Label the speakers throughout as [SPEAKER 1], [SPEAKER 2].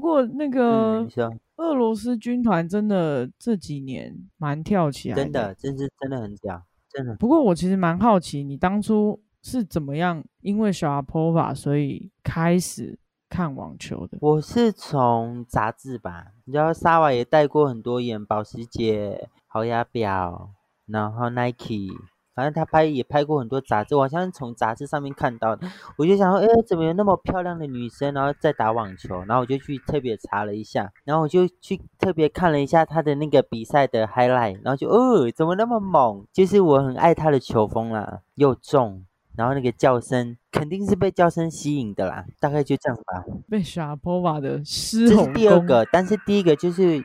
[SPEAKER 1] 过那
[SPEAKER 2] 嗯，
[SPEAKER 1] 个
[SPEAKER 2] 你说
[SPEAKER 1] 俄罗斯军团真的这几年蛮跳起来
[SPEAKER 2] 真的，真是真的很假，真的。
[SPEAKER 1] 不过我其实蛮好奇，你当初是怎么样因为小阿波法，所以开始看网球的？
[SPEAKER 2] 我是从杂志吧，你知道沙瓦也带过很多眼，保时捷、豪雅表，然后 Nike，反正他拍也拍过很多杂志，我好像是从杂志上面看到的。我就想说，哎，怎么有那么漂亮的女生，然后在打网球？然后我就去特别查了一下，然后我就去特别看了一下她的那个比赛的 highlight，然后就哦，怎么那么猛？就是我很爱她的球风啦，又重。然后那个叫声肯定是被叫声吸引的啦，大概就这样吧。
[SPEAKER 1] 被小阿波法的狮
[SPEAKER 2] 这
[SPEAKER 1] 吼
[SPEAKER 2] 是第二
[SPEAKER 1] 功
[SPEAKER 2] 个，但是第一个就是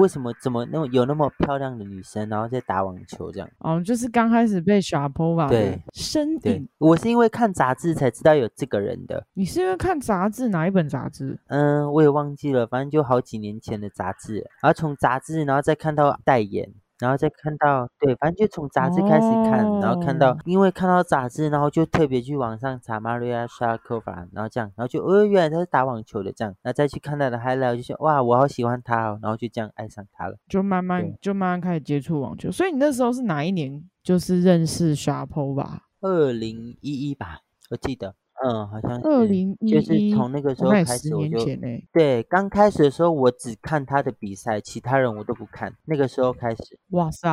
[SPEAKER 2] 为什么怎么那么有那么漂亮的女生，然后在打网球这样？
[SPEAKER 1] 哦，就是刚开始被小阿波法的
[SPEAKER 2] 对
[SPEAKER 1] 身
[SPEAKER 2] 对
[SPEAKER 1] 影。，
[SPEAKER 2] 我是因为看杂志才知道有这个人的，
[SPEAKER 1] 你是因为看杂志哪一本杂志？
[SPEAKER 2] 嗯，我也忘记了，反正就好几年前的杂志了，然后从杂志，然后再看到代言。然后再看到，对，反正就从杂志开始看，然后看到
[SPEAKER 1] 哦，
[SPEAKER 2] 因为看到杂志，然后就特别去网上查 Maria Sharapova，然后这样，然后就，哦，原来她是打网球的，这样，然后再去看她的 highlight，就说，哇，我好喜欢她哦，然后就这样爱上她了。
[SPEAKER 1] 就慢慢
[SPEAKER 2] 对
[SPEAKER 1] 就慢慢开始接触网球。所以你那时候是哪一年？就是认识小阿波
[SPEAKER 2] 嗯
[SPEAKER 1] 法？
[SPEAKER 2] 二零一一吧，我记得，嗯，好像是，
[SPEAKER 1] 二零一
[SPEAKER 2] 就是
[SPEAKER 1] 一，
[SPEAKER 2] 从那个时
[SPEAKER 1] 我
[SPEAKER 2] 候
[SPEAKER 1] 看也
[SPEAKER 2] 开
[SPEAKER 1] 十
[SPEAKER 2] 始，我
[SPEAKER 1] 年
[SPEAKER 2] 就
[SPEAKER 1] 前呢、
[SPEAKER 2] 对刚开始的时候，我只看他的比赛，其他人我都不看。那个时候开始，
[SPEAKER 1] 哇塞，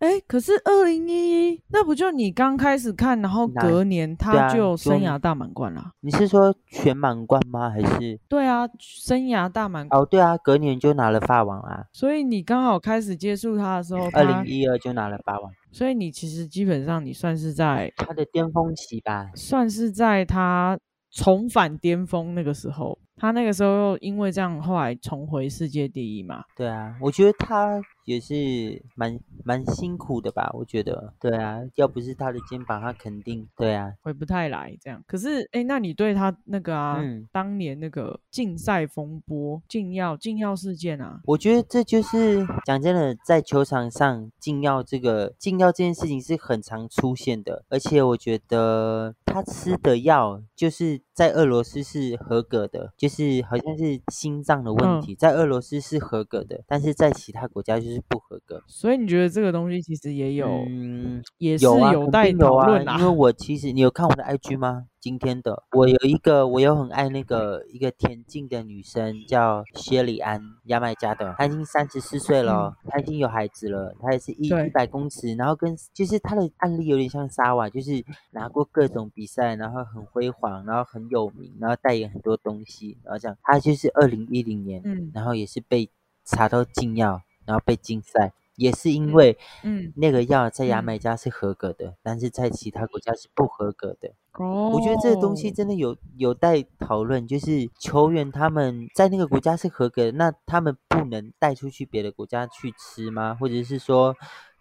[SPEAKER 1] 哎，可是二零一一那不就你刚开始看，然后
[SPEAKER 2] 哪
[SPEAKER 1] 隔年
[SPEAKER 2] 对
[SPEAKER 1] 他
[SPEAKER 2] 啊
[SPEAKER 1] 就
[SPEAKER 2] 就
[SPEAKER 1] 生涯大满贯啦？
[SPEAKER 2] 你是说全满贯吗？还是
[SPEAKER 1] 对啊，生涯大满贯。
[SPEAKER 2] 哦，对啊，隔年就拿了法网啊，
[SPEAKER 1] 所以你刚好开始接触他的时候，
[SPEAKER 2] 二
[SPEAKER 1] 他
[SPEAKER 2] 零，一二就拿了法网，
[SPEAKER 1] 所以你其实基本上你算是在
[SPEAKER 2] 他的巅峰期吧。
[SPEAKER 1] 算是在他重返巅峰那个时候，他那个时候又因为这样后来重回世界第一嘛。
[SPEAKER 2] 对啊，我觉得他也是蛮蛮辛苦的吧，我觉得。对啊，要不是他的肩膀，他肯定对啊，
[SPEAKER 1] 回不太来，这样。可是，哎、那你对他那个啊，
[SPEAKER 2] 嗯
[SPEAKER 1] 当年那个禁赛风波、禁药、禁药事件啊，
[SPEAKER 2] 我觉得这就是讲真的，在球场上禁药这个禁药这件事情是很常出现的，而且我觉得他吃的药就是在俄罗斯是合格的，就是好像是心脏的问
[SPEAKER 1] 嗯
[SPEAKER 2] 题，在俄罗斯是合格的，但是在其他国家就是不合格。
[SPEAKER 1] 所以你觉得这个东西其实也有，
[SPEAKER 2] 嗯，
[SPEAKER 1] 也是
[SPEAKER 2] 有啊，
[SPEAKER 1] 待
[SPEAKER 2] 肯定有
[SPEAKER 1] 讨论
[SPEAKER 2] 啊。因为我其实你有看我的 IG 吗？今天的我有一个，我有很爱那个一个田径的女生，叫谢里安，牙买加的，她已经三十四岁了哦，她已经有孩子了，她也是一
[SPEAKER 1] 嗯对
[SPEAKER 2] 一百公尺，然后跟就是她的案例有点像沙瓦，就是拿过各种比赛，然后很辉煌，然后很有名，然后代言很多东西，然后这样，她就是二零一零年，
[SPEAKER 1] 嗯
[SPEAKER 2] 然后也是被查到禁药，然后被禁赛，也是因为。
[SPEAKER 1] 嗯，
[SPEAKER 2] 那个药在牙
[SPEAKER 1] 嗯
[SPEAKER 2] 买加是合格的，但是在其他国家是不合格的。
[SPEAKER 1] 哦，
[SPEAKER 2] 我觉得这个东西真的有有待讨论，就是球员他们在那个国家是合格的，那他们不能带出去别的国家去吃吗？或者是说，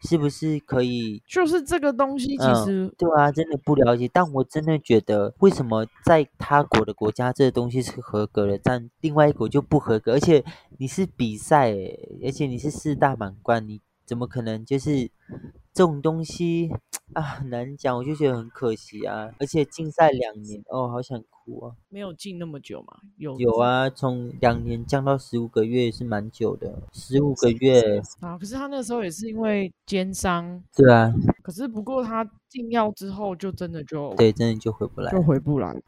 [SPEAKER 2] 是不是可以
[SPEAKER 1] 就是这个东西其
[SPEAKER 2] 嗯
[SPEAKER 1] 实
[SPEAKER 2] 对啊，真的不了解，但我真的觉得，为什么在他国的国家这个东西是合格的，但另外一国就不合格？而且你是比赛欸，而且你是四大满贯，你怎么可能就是这种东西啊？很难讲，我就觉得很可惜啊。而且竞赛两年，哦，好想哭啊！
[SPEAKER 1] 没有禁那么久嘛，有
[SPEAKER 2] 有。啊，从两年降到十五个月也是蛮久的，十五个月，
[SPEAKER 1] 啊！可是他那时候也是因为奸商，
[SPEAKER 2] 对啊，
[SPEAKER 1] 可是不过他禁药之后就真的就
[SPEAKER 2] 对，真的就回不来了
[SPEAKER 1] 就。回不来了。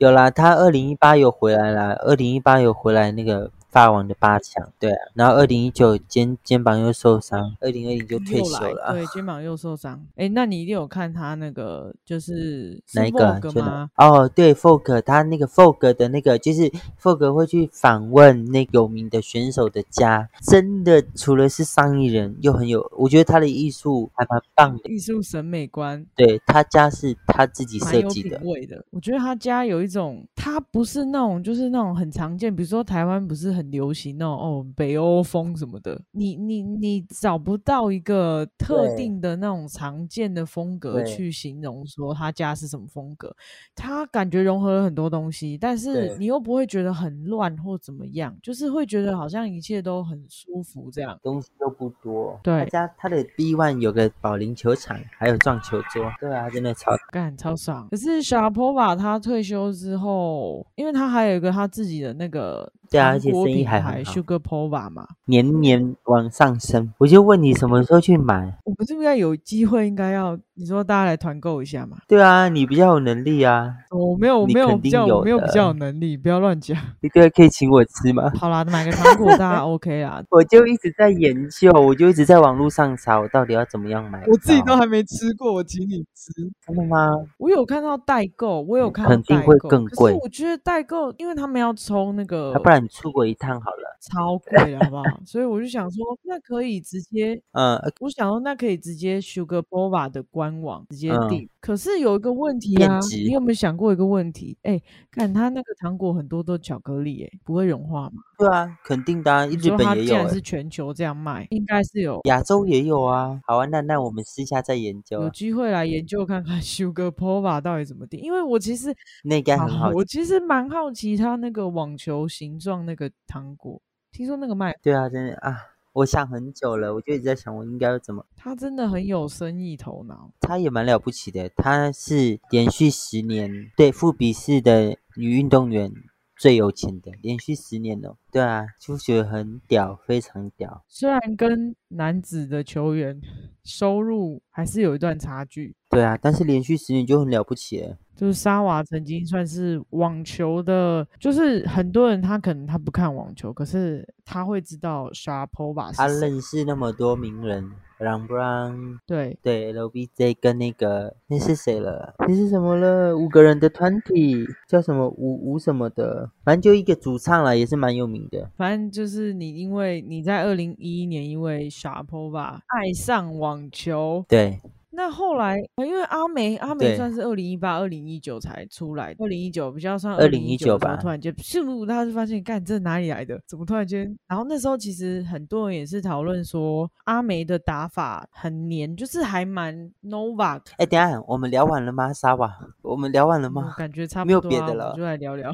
[SPEAKER 2] 有啦，他二零一八有回来啦，二零一八有回来那个法网的八强，对啊，然后二零一九肩肩膀又受伤，二零二零就退
[SPEAKER 1] 又
[SPEAKER 2] 休
[SPEAKER 1] 来
[SPEAKER 2] 了啊，
[SPEAKER 1] 对，肩膀又受伤。哎，那你一定有看他那个就是是
[SPEAKER 2] 哪一个啊？
[SPEAKER 1] Vogue
[SPEAKER 2] 就哪
[SPEAKER 1] 吗？
[SPEAKER 2] 哦，对，Fog 他那个 Fog 的那个，就是 Fog 会去访问那有名的选手的家，真的除了是上艺人，又很有，我觉得他的艺术还蛮棒的。
[SPEAKER 1] 艺术审美观
[SPEAKER 2] 对他家是他自己
[SPEAKER 1] 蛮
[SPEAKER 2] 设
[SPEAKER 1] 有
[SPEAKER 2] 计
[SPEAKER 1] 品
[SPEAKER 2] 的，
[SPEAKER 1] 味的。我觉得他家有一种，他不是那种就是那种很常见，比如说台湾不是很流行那种哦北欧风什么的，你你你找不到一个特
[SPEAKER 2] 对
[SPEAKER 1] 定的那种常见的风格
[SPEAKER 2] 对
[SPEAKER 1] 去形容说他家是什么风格。他感觉融合了很多东西，但是
[SPEAKER 2] 对
[SPEAKER 1] 你又不会觉得很乱或怎么样，就是会觉得好像一切都很舒服这样。
[SPEAKER 2] 东西都不多。
[SPEAKER 1] 对
[SPEAKER 2] 他家他的 B One 有个保龄球场，还有撞球桌。对啊，真的超
[SPEAKER 1] 干超爽。可是小 p o v a 他退休之后，因为他还有一个他自己的那个，
[SPEAKER 2] 对啊，
[SPEAKER 1] 韩
[SPEAKER 2] 而且
[SPEAKER 1] 国
[SPEAKER 2] 生意
[SPEAKER 1] 品
[SPEAKER 2] 还
[SPEAKER 1] 牌
[SPEAKER 2] 很好，
[SPEAKER 1] Sugar Pova 嘛，
[SPEAKER 2] 年年往上升。我就问你什么时候去买？
[SPEAKER 1] 我们是不是要有机会应该要你说大家来团购一下嘛？
[SPEAKER 2] 对啊，你比较有能力啊，
[SPEAKER 1] 哦我没有，我
[SPEAKER 2] 你
[SPEAKER 1] 没有
[SPEAKER 2] 肯
[SPEAKER 1] 比
[SPEAKER 2] 定
[SPEAKER 1] 较，我
[SPEAKER 2] 有
[SPEAKER 1] 没有比
[SPEAKER 2] 的
[SPEAKER 1] 较有能力，不要乱讲。
[SPEAKER 2] 你对可以请我吃吗？
[SPEAKER 1] 好啦，买个糖果大家 OK 啦，
[SPEAKER 2] 我就一直在研究，我就一直在网络上查，我到底要怎么样买到。
[SPEAKER 1] 我自己都还没吃过，我请你吃。
[SPEAKER 2] 真的吗？
[SPEAKER 1] 我有看到代购，我有看到
[SPEAKER 2] 肯定
[SPEAKER 1] 代
[SPEAKER 2] 会
[SPEAKER 1] 购
[SPEAKER 2] 更
[SPEAKER 1] 可是
[SPEAKER 2] 贵
[SPEAKER 1] 我觉得代购，因为他们要抽那个
[SPEAKER 2] 啊，不然你出国一趟好了。
[SPEAKER 1] 超贵的，好不好？所以我就想说，那可以直接，
[SPEAKER 2] 嗯，
[SPEAKER 1] 我想说那可以直接 Sugar Bova 的官网直接
[SPEAKER 2] 嗯
[SPEAKER 1] 订。可是有一个问题
[SPEAKER 2] 变
[SPEAKER 1] 啊，
[SPEAKER 2] 质
[SPEAKER 1] 你有没有想过一个问题？哎、看它那个糖果很多都巧克力、哎，不会融化嘛？
[SPEAKER 2] 对啊，肯定的、啊，
[SPEAKER 1] 你
[SPEAKER 2] 日
[SPEAKER 1] 说它
[SPEAKER 2] 本也
[SPEAKER 1] 既
[SPEAKER 2] 有、
[SPEAKER 1] 然
[SPEAKER 2] 欸
[SPEAKER 1] 是，全球这样卖，应该是有
[SPEAKER 2] 亚洲也有啊。好啊，那那我们私下再研究
[SPEAKER 1] 有
[SPEAKER 2] 啊，
[SPEAKER 1] 机会来研究看 看 Sugar Pova 到底怎么定，因为我其实
[SPEAKER 2] 那应该
[SPEAKER 1] 好
[SPEAKER 2] 很好。
[SPEAKER 1] 我其实蛮好奇它那个网球形状那个糖果，听说那个卖
[SPEAKER 2] 对啊，真的啊，我想很久了，我就一直在想，我应该要怎么。
[SPEAKER 1] 它真的很有生意头脑，
[SPEAKER 2] 他也蛮了不起的，他是连续十年对富比士的女运动员最有钱的，连续十年哦。对啊，就觉得很屌，非常屌。
[SPEAKER 1] 虽然跟男子的球员收入还是有一段差距。
[SPEAKER 2] 对啊，但是连续十年就很了不起了。
[SPEAKER 1] 就是沙娃曾经算是网球的，就是很多人他可能他不看网球，可是他会知道沙 Pova
[SPEAKER 2] 他
[SPEAKER 1] 是谁。
[SPEAKER 2] 认识那么多名人，朗布朗，
[SPEAKER 1] 对，
[SPEAKER 2] 对 LBJ 跟那个那是谁了？那是什么了？五个人的团体叫什么？五五什么的，反正就一个主唱啦，也是蛮有名的。
[SPEAKER 1] 反正就是你，因为你在二零一一年因为沙 Pova 爱上网球，
[SPEAKER 2] 对，
[SPEAKER 1] 那后来，呃因为阿梅阿梅
[SPEAKER 2] 对
[SPEAKER 1] 算是二零一八、二零一九才出来，二零一九比较算
[SPEAKER 2] 2019吧
[SPEAKER 1] 突然间，是不是他就发现，干这哪里来的？怎么突然间？然后那时候其实很多人也是讨论说，阿梅的打法很黏，就是还蛮 Nova
[SPEAKER 2] 哎、等一下我们聊完了吗？沙瓦，我们聊完了吗？
[SPEAKER 1] 感觉差不
[SPEAKER 2] 没
[SPEAKER 1] 多、
[SPEAKER 2] 有
[SPEAKER 1] 啊，
[SPEAKER 2] 别的
[SPEAKER 1] 我们
[SPEAKER 2] 了
[SPEAKER 1] 就来聊 聊。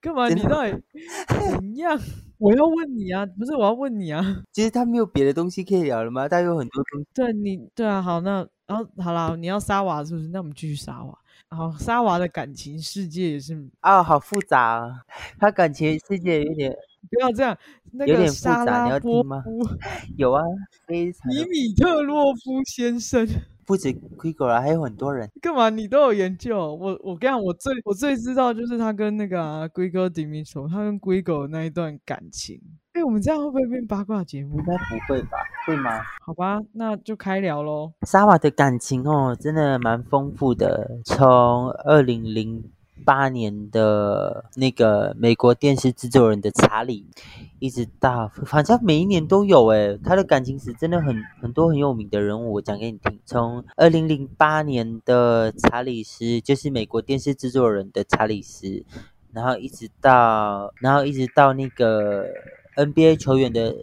[SPEAKER 1] 干嘛？
[SPEAKER 2] 真
[SPEAKER 1] 你
[SPEAKER 2] 的
[SPEAKER 1] 到 底怎样？ 我要问你啊，不是我要问你啊。
[SPEAKER 2] 其实他没有别的东西可以聊了吗？他有很多东西。
[SPEAKER 1] 对你对啊，好，那然后好啦，你要沙娃是不是？那我们继续沙娃。好，沙娃的感情世界也是
[SPEAKER 2] 啊、好复杂、啊，他感情世界有点
[SPEAKER 1] 不要这样。那
[SPEAKER 2] 有
[SPEAKER 1] 个
[SPEAKER 2] 点复
[SPEAKER 1] 沙
[SPEAKER 2] 杂
[SPEAKER 1] 拉
[SPEAKER 2] 你要听
[SPEAKER 1] 波
[SPEAKER 2] 吗
[SPEAKER 1] 夫、
[SPEAKER 2] 有啊，非常
[SPEAKER 1] 尼
[SPEAKER 2] 的
[SPEAKER 1] 米特洛夫先生，
[SPEAKER 2] 不止 Quigo 啦，还有很多人。
[SPEAKER 1] 干嘛你都有研究？哦我我跟你讲，我最我最知道就是他跟那个啊龟哥 Dimitro，他跟龟狗那一段感情。哎、我们这样会不会变八卦节目
[SPEAKER 2] 应？该不会吧？会吗？
[SPEAKER 1] 好吧，那就开聊喽。
[SPEAKER 2] 沙瓦的感情哦，真的蛮丰富的。从二零零八年的那个美国电视制作人的查理，一直到反正每一年都有诶，他的感情史真的很很多很有名的人物，我讲给你听。从二零零八年的查理斯，就是美国电视制作人的查理斯，然后一直到然后一直到那个 NBA 球员的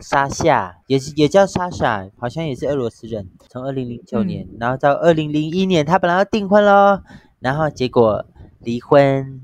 [SPEAKER 2] 莎夏，也是也叫莎莎，好像也是俄罗斯人。从二零零九
[SPEAKER 1] 嗯
[SPEAKER 2] 年，然后到二零零一年，他本来要订婚喽，然后结果离婚。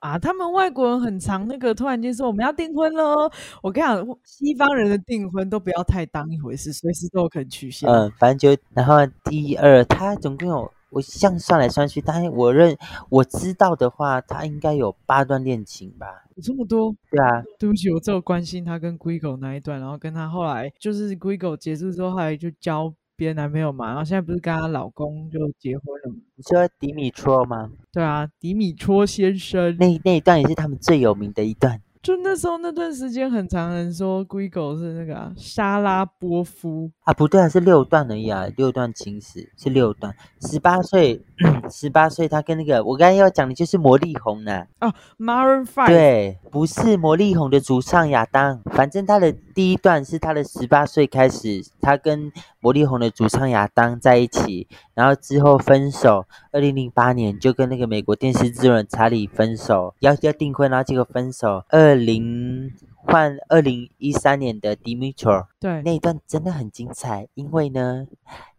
[SPEAKER 1] 啊，他们外国人很常那个，突然间说我们要订婚喽。我跟你讲，西方人的订婚都不要太当一回事，随时都有可能取消。
[SPEAKER 2] 嗯，反正就然后第二，他总共有我像算来算去，但是我认我知道的话，他应该有八段恋情吧？
[SPEAKER 1] 有这么多，
[SPEAKER 2] 对啊，
[SPEAKER 1] 对不起，我只有关心他跟 Guigo 那一段，然后跟他后来就是 Guigo 结束之后，后来就交别的男朋友嘛，然后现在不是跟她老公就结婚了嘛？
[SPEAKER 2] 你说迪米托吗？
[SPEAKER 1] 对啊，迪米戳先生。
[SPEAKER 2] 那那一段也是他们最有名的一段。
[SPEAKER 1] 就那时候那段时间，很常人说 Guigo 是那个啊、沙拉波夫，
[SPEAKER 2] 啊，不对啊，是六段而已啊，六段情史是六段。十八岁， 十八岁，他跟那个我刚才要讲的就是魔力红啊呢、
[SPEAKER 1] Maroon Five，
[SPEAKER 2] 对，不是魔力红的主唱亚当，反正他的第一段是他的十八岁开始，他跟魔力红的主唱亚当在一起，然后之后分手，二零零八年就跟那个美国电视制作人查理分手，要要订婚，然后结果分手，二零换二零一三年的 Dimitro
[SPEAKER 1] 对
[SPEAKER 2] 那一段真的很精彩，因为呢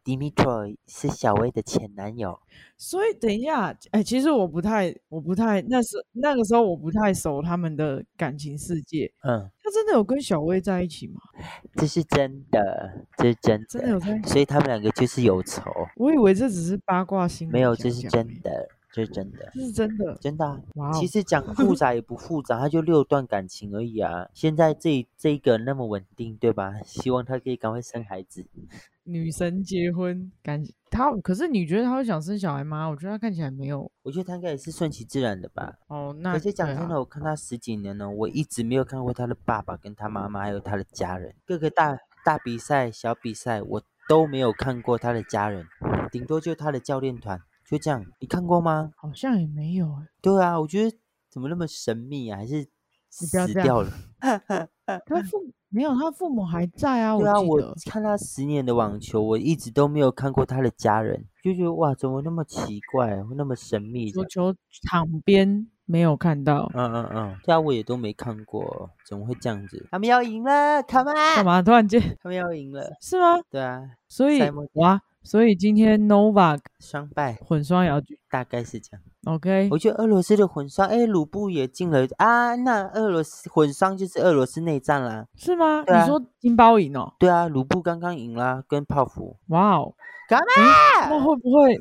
[SPEAKER 2] ，Dimitro 是小薇的前男友，
[SPEAKER 1] 所以等一下，哎、其实我不太，我不太，那时那个时候我不太熟他们的感情世界。
[SPEAKER 2] 嗯，
[SPEAKER 1] 他真的有跟小薇在一起吗？
[SPEAKER 2] 这是真的，这是真的，
[SPEAKER 1] 真的有在一起？
[SPEAKER 2] 所以他们两个就是有仇。
[SPEAKER 1] 我以为这只是八卦新闻
[SPEAKER 2] 没
[SPEAKER 1] 讲
[SPEAKER 2] 有，
[SPEAKER 1] 讲而已，
[SPEAKER 2] 这是真的。这是真的，
[SPEAKER 1] 这是真的。
[SPEAKER 2] 真的啊、
[SPEAKER 1] 哇、哦，
[SPEAKER 2] 其实讲复杂也不复杂，他就六段感情而已啊。现在这这一个那么稳定，对吧？希望他可以赶快生孩子。
[SPEAKER 1] 女生结婚感他，可是你觉得他会想生小孩吗？我觉得他看起来没有。
[SPEAKER 2] 我觉得他应该也是顺其自然的吧。
[SPEAKER 1] 哦，那
[SPEAKER 2] 可是讲
[SPEAKER 1] 对啊
[SPEAKER 2] 真的，我看他十几年了，我一直没有看过他的爸爸、跟他妈妈，还有他的家人。各个大大比赛、小比赛，我都没有看过他的家人，顶多就他的教练团，就这样。你看过吗？
[SPEAKER 1] 好像也没有哎、
[SPEAKER 2] 对啊，我觉得怎么那么神秘啊？还是
[SPEAKER 1] 你不要
[SPEAKER 2] 死
[SPEAKER 1] 这样
[SPEAKER 2] 掉了？
[SPEAKER 1] 他父没有，他父母还在啊，
[SPEAKER 2] 嗯对啊，
[SPEAKER 1] 记
[SPEAKER 2] 我
[SPEAKER 1] 得。
[SPEAKER 2] 看他十年的网球，我一直都没有看过他的家人，就觉得哇，怎么那么奇怪，那么神秘这
[SPEAKER 1] 足
[SPEAKER 2] 样？
[SPEAKER 1] 球场边没有看到，
[SPEAKER 2] 嗯嗯嗯，对啊，我也都没看过，怎么会这样子？他们要赢了，Come
[SPEAKER 1] 干
[SPEAKER 2] on！
[SPEAKER 1] 嘛突然间
[SPEAKER 2] 他们要赢了，
[SPEAKER 1] 是吗？
[SPEAKER 2] 对啊，
[SPEAKER 1] 所以
[SPEAKER 2] 塞莫蒂
[SPEAKER 1] 哇，所以今天 Novak
[SPEAKER 2] 双败
[SPEAKER 1] 混双也要举
[SPEAKER 2] 大概是这样。
[SPEAKER 1] ，OK，
[SPEAKER 2] 我觉得俄罗斯的混双，哎，鲁布也进了啊，那俄罗斯混双就是俄罗斯内战啦。
[SPEAKER 1] 是吗？
[SPEAKER 2] 对啊
[SPEAKER 1] 你说金包银哦，
[SPEAKER 2] 对啊，鲁布刚刚赢啦，跟泡芙
[SPEAKER 1] 哇哦，
[SPEAKER 2] 干啊
[SPEAKER 1] 诶那会不会？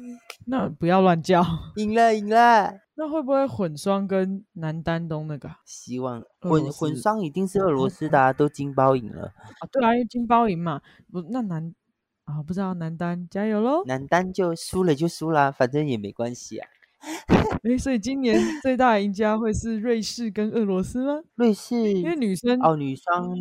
[SPEAKER 1] 那不要乱叫，
[SPEAKER 2] 赢了，赢了。
[SPEAKER 1] 那会不会混双跟男单东那个啊？
[SPEAKER 2] 希望
[SPEAKER 1] 俄
[SPEAKER 2] 混
[SPEAKER 1] 罗
[SPEAKER 2] 混
[SPEAKER 1] 斯
[SPEAKER 2] 双一定是俄罗
[SPEAKER 1] 嗯
[SPEAKER 2] 斯的、啊，都金包赢了。
[SPEAKER 1] 啊对啊，因为金包银嘛，不那男啊，不知道男单加油喽！
[SPEAKER 2] 男单就输了就输啦，反正也没关系啊。
[SPEAKER 1] 诶，所以今年最大的赢家会是瑞士跟俄罗斯吗？
[SPEAKER 2] 瑞士
[SPEAKER 1] 因为女生、
[SPEAKER 2] 哦，女双，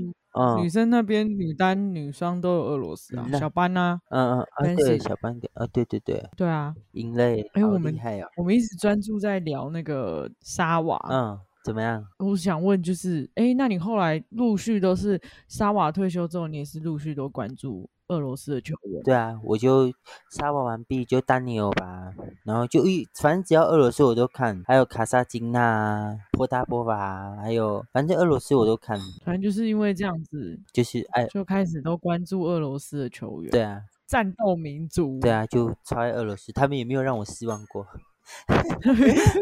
[SPEAKER 1] 女
[SPEAKER 2] 嗯
[SPEAKER 1] 生那边女单、女双都有俄罗斯啊
[SPEAKER 2] 嗯，那
[SPEAKER 1] 小班啊，
[SPEAKER 2] 嗯嗯，啊
[SPEAKER 1] 但是
[SPEAKER 2] 对，小半点，啊对对对，
[SPEAKER 1] 对啊，
[SPEAKER 2] 赢了耶，
[SPEAKER 1] 哎
[SPEAKER 2] 好
[SPEAKER 1] 我
[SPEAKER 2] 厉
[SPEAKER 1] 们
[SPEAKER 2] 害哦，
[SPEAKER 1] 我们一直专注在聊那个沙瓦，啊
[SPEAKER 2] 嗯，怎么样？
[SPEAKER 1] 我想问就是，哎，那你后来陆续都是沙瓦退休之后，你也是陆续都关注俄罗斯的球员，
[SPEAKER 2] 对啊，我就沙瓦完毕就丹尼尔吧，然后就一反正只要俄罗斯我都看，还有卡萨金娜啊、波达波娃啊，还有反正俄罗斯我都看，
[SPEAKER 1] 反正就是因为这样子，
[SPEAKER 2] 就是哎，
[SPEAKER 1] 就开始都关注俄罗斯的球员，
[SPEAKER 2] 对啊
[SPEAKER 1] 战斗民族，
[SPEAKER 2] 对啊，就超爱俄罗斯，他们也没有让我失望 过，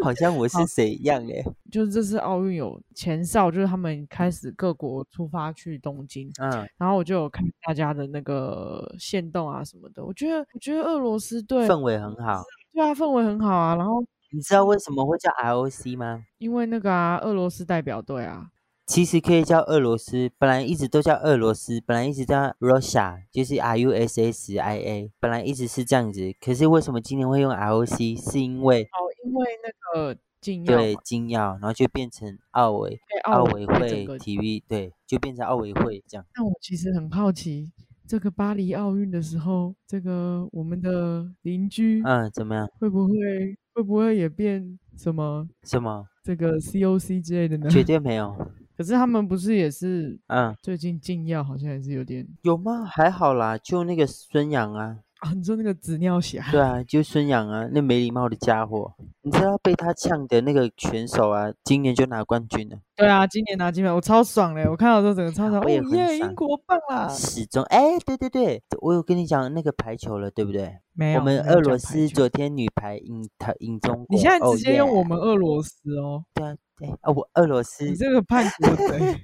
[SPEAKER 2] 好像我是谁一样嘞，
[SPEAKER 1] 就是这次奥运有前哨，就是他们开始各国出发去东京，
[SPEAKER 2] 嗯，
[SPEAKER 1] 然后我就有看大家的那个线动啊什么的，我觉得我觉得俄罗斯队
[SPEAKER 2] 氛围很好。
[SPEAKER 1] 对啊氛围很好啊，然后
[SPEAKER 2] 你知道为什么会叫 ROC 吗？
[SPEAKER 1] 因为那个啊俄罗斯代表队啊，
[SPEAKER 2] 其实可以叫俄罗斯，本来一直都叫俄罗斯，本来一直叫 Russia，就是 R U S S I A，本来一直是这样子。可是为什么今年会用 ROC？是因为
[SPEAKER 1] 哦因为那个禁药
[SPEAKER 2] 对
[SPEAKER 1] 嘛
[SPEAKER 2] 金耀，然后就变成奥委
[SPEAKER 1] 被
[SPEAKER 2] 奥
[SPEAKER 1] 奥
[SPEAKER 2] 委
[SPEAKER 1] 整
[SPEAKER 2] 会
[SPEAKER 1] 个。
[SPEAKER 2] 体育，对，就变成奥委会这样。
[SPEAKER 1] 那我其实很好奇，这个巴黎奥运的时候，这个我们的邻居
[SPEAKER 2] 嗯，怎么样？
[SPEAKER 1] 会不会会不会也变什么
[SPEAKER 2] 什么？
[SPEAKER 1] 这个 COC 之类的呢？
[SPEAKER 2] 绝对没有。
[SPEAKER 1] 可是他们不是也是
[SPEAKER 2] 嗯，
[SPEAKER 1] 最近禁药，好像也是有点
[SPEAKER 2] 有吗？还好啦，就那个孙杨啊，
[SPEAKER 1] 啊。你说那个纸尿侠，
[SPEAKER 2] 对啊，就孙杨啊，那没礼貌的家伙，你知道被他呛的那个选手啊，今年就拿冠军了。
[SPEAKER 1] 对啊，今年拿金牌，我超爽嘞！我看到之后整个超爽，
[SPEAKER 2] 哎我
[SPEAKER 1] 哦
[SPEAKER 2] 也很
[SPEAKER 1] 耶，
[SPEAKER 2] 爽
[SPEAKER 1] 英国棒啦！
[SPEAKER 2] 始终哎，对对对，我有跟你讲那个排球了，对不对？
[SPEAKER 1] 没有，
[SPEAKER 2] 我们
[SPEAKER 1] 没有
[SPEAKER 2] 俄
[SPEAKER 1] 讲排
[SPEAKER 2] 罗斯
[SPEAKER 1] 球
[SPEAKER 2] 昨天女排赢台赢中国，
[SPEAKER 1] 你现在
[SPEAKER 2] 哦
[SPEAKER 1] 直接用我
[SPEAKER 2] yeah，
[SPEAKER 1] 们俄罗斯哦，
[SPEAKER 2] 对啊对啊，我俄罗斯
[SPEAKER 1] 你这个叛 国贼！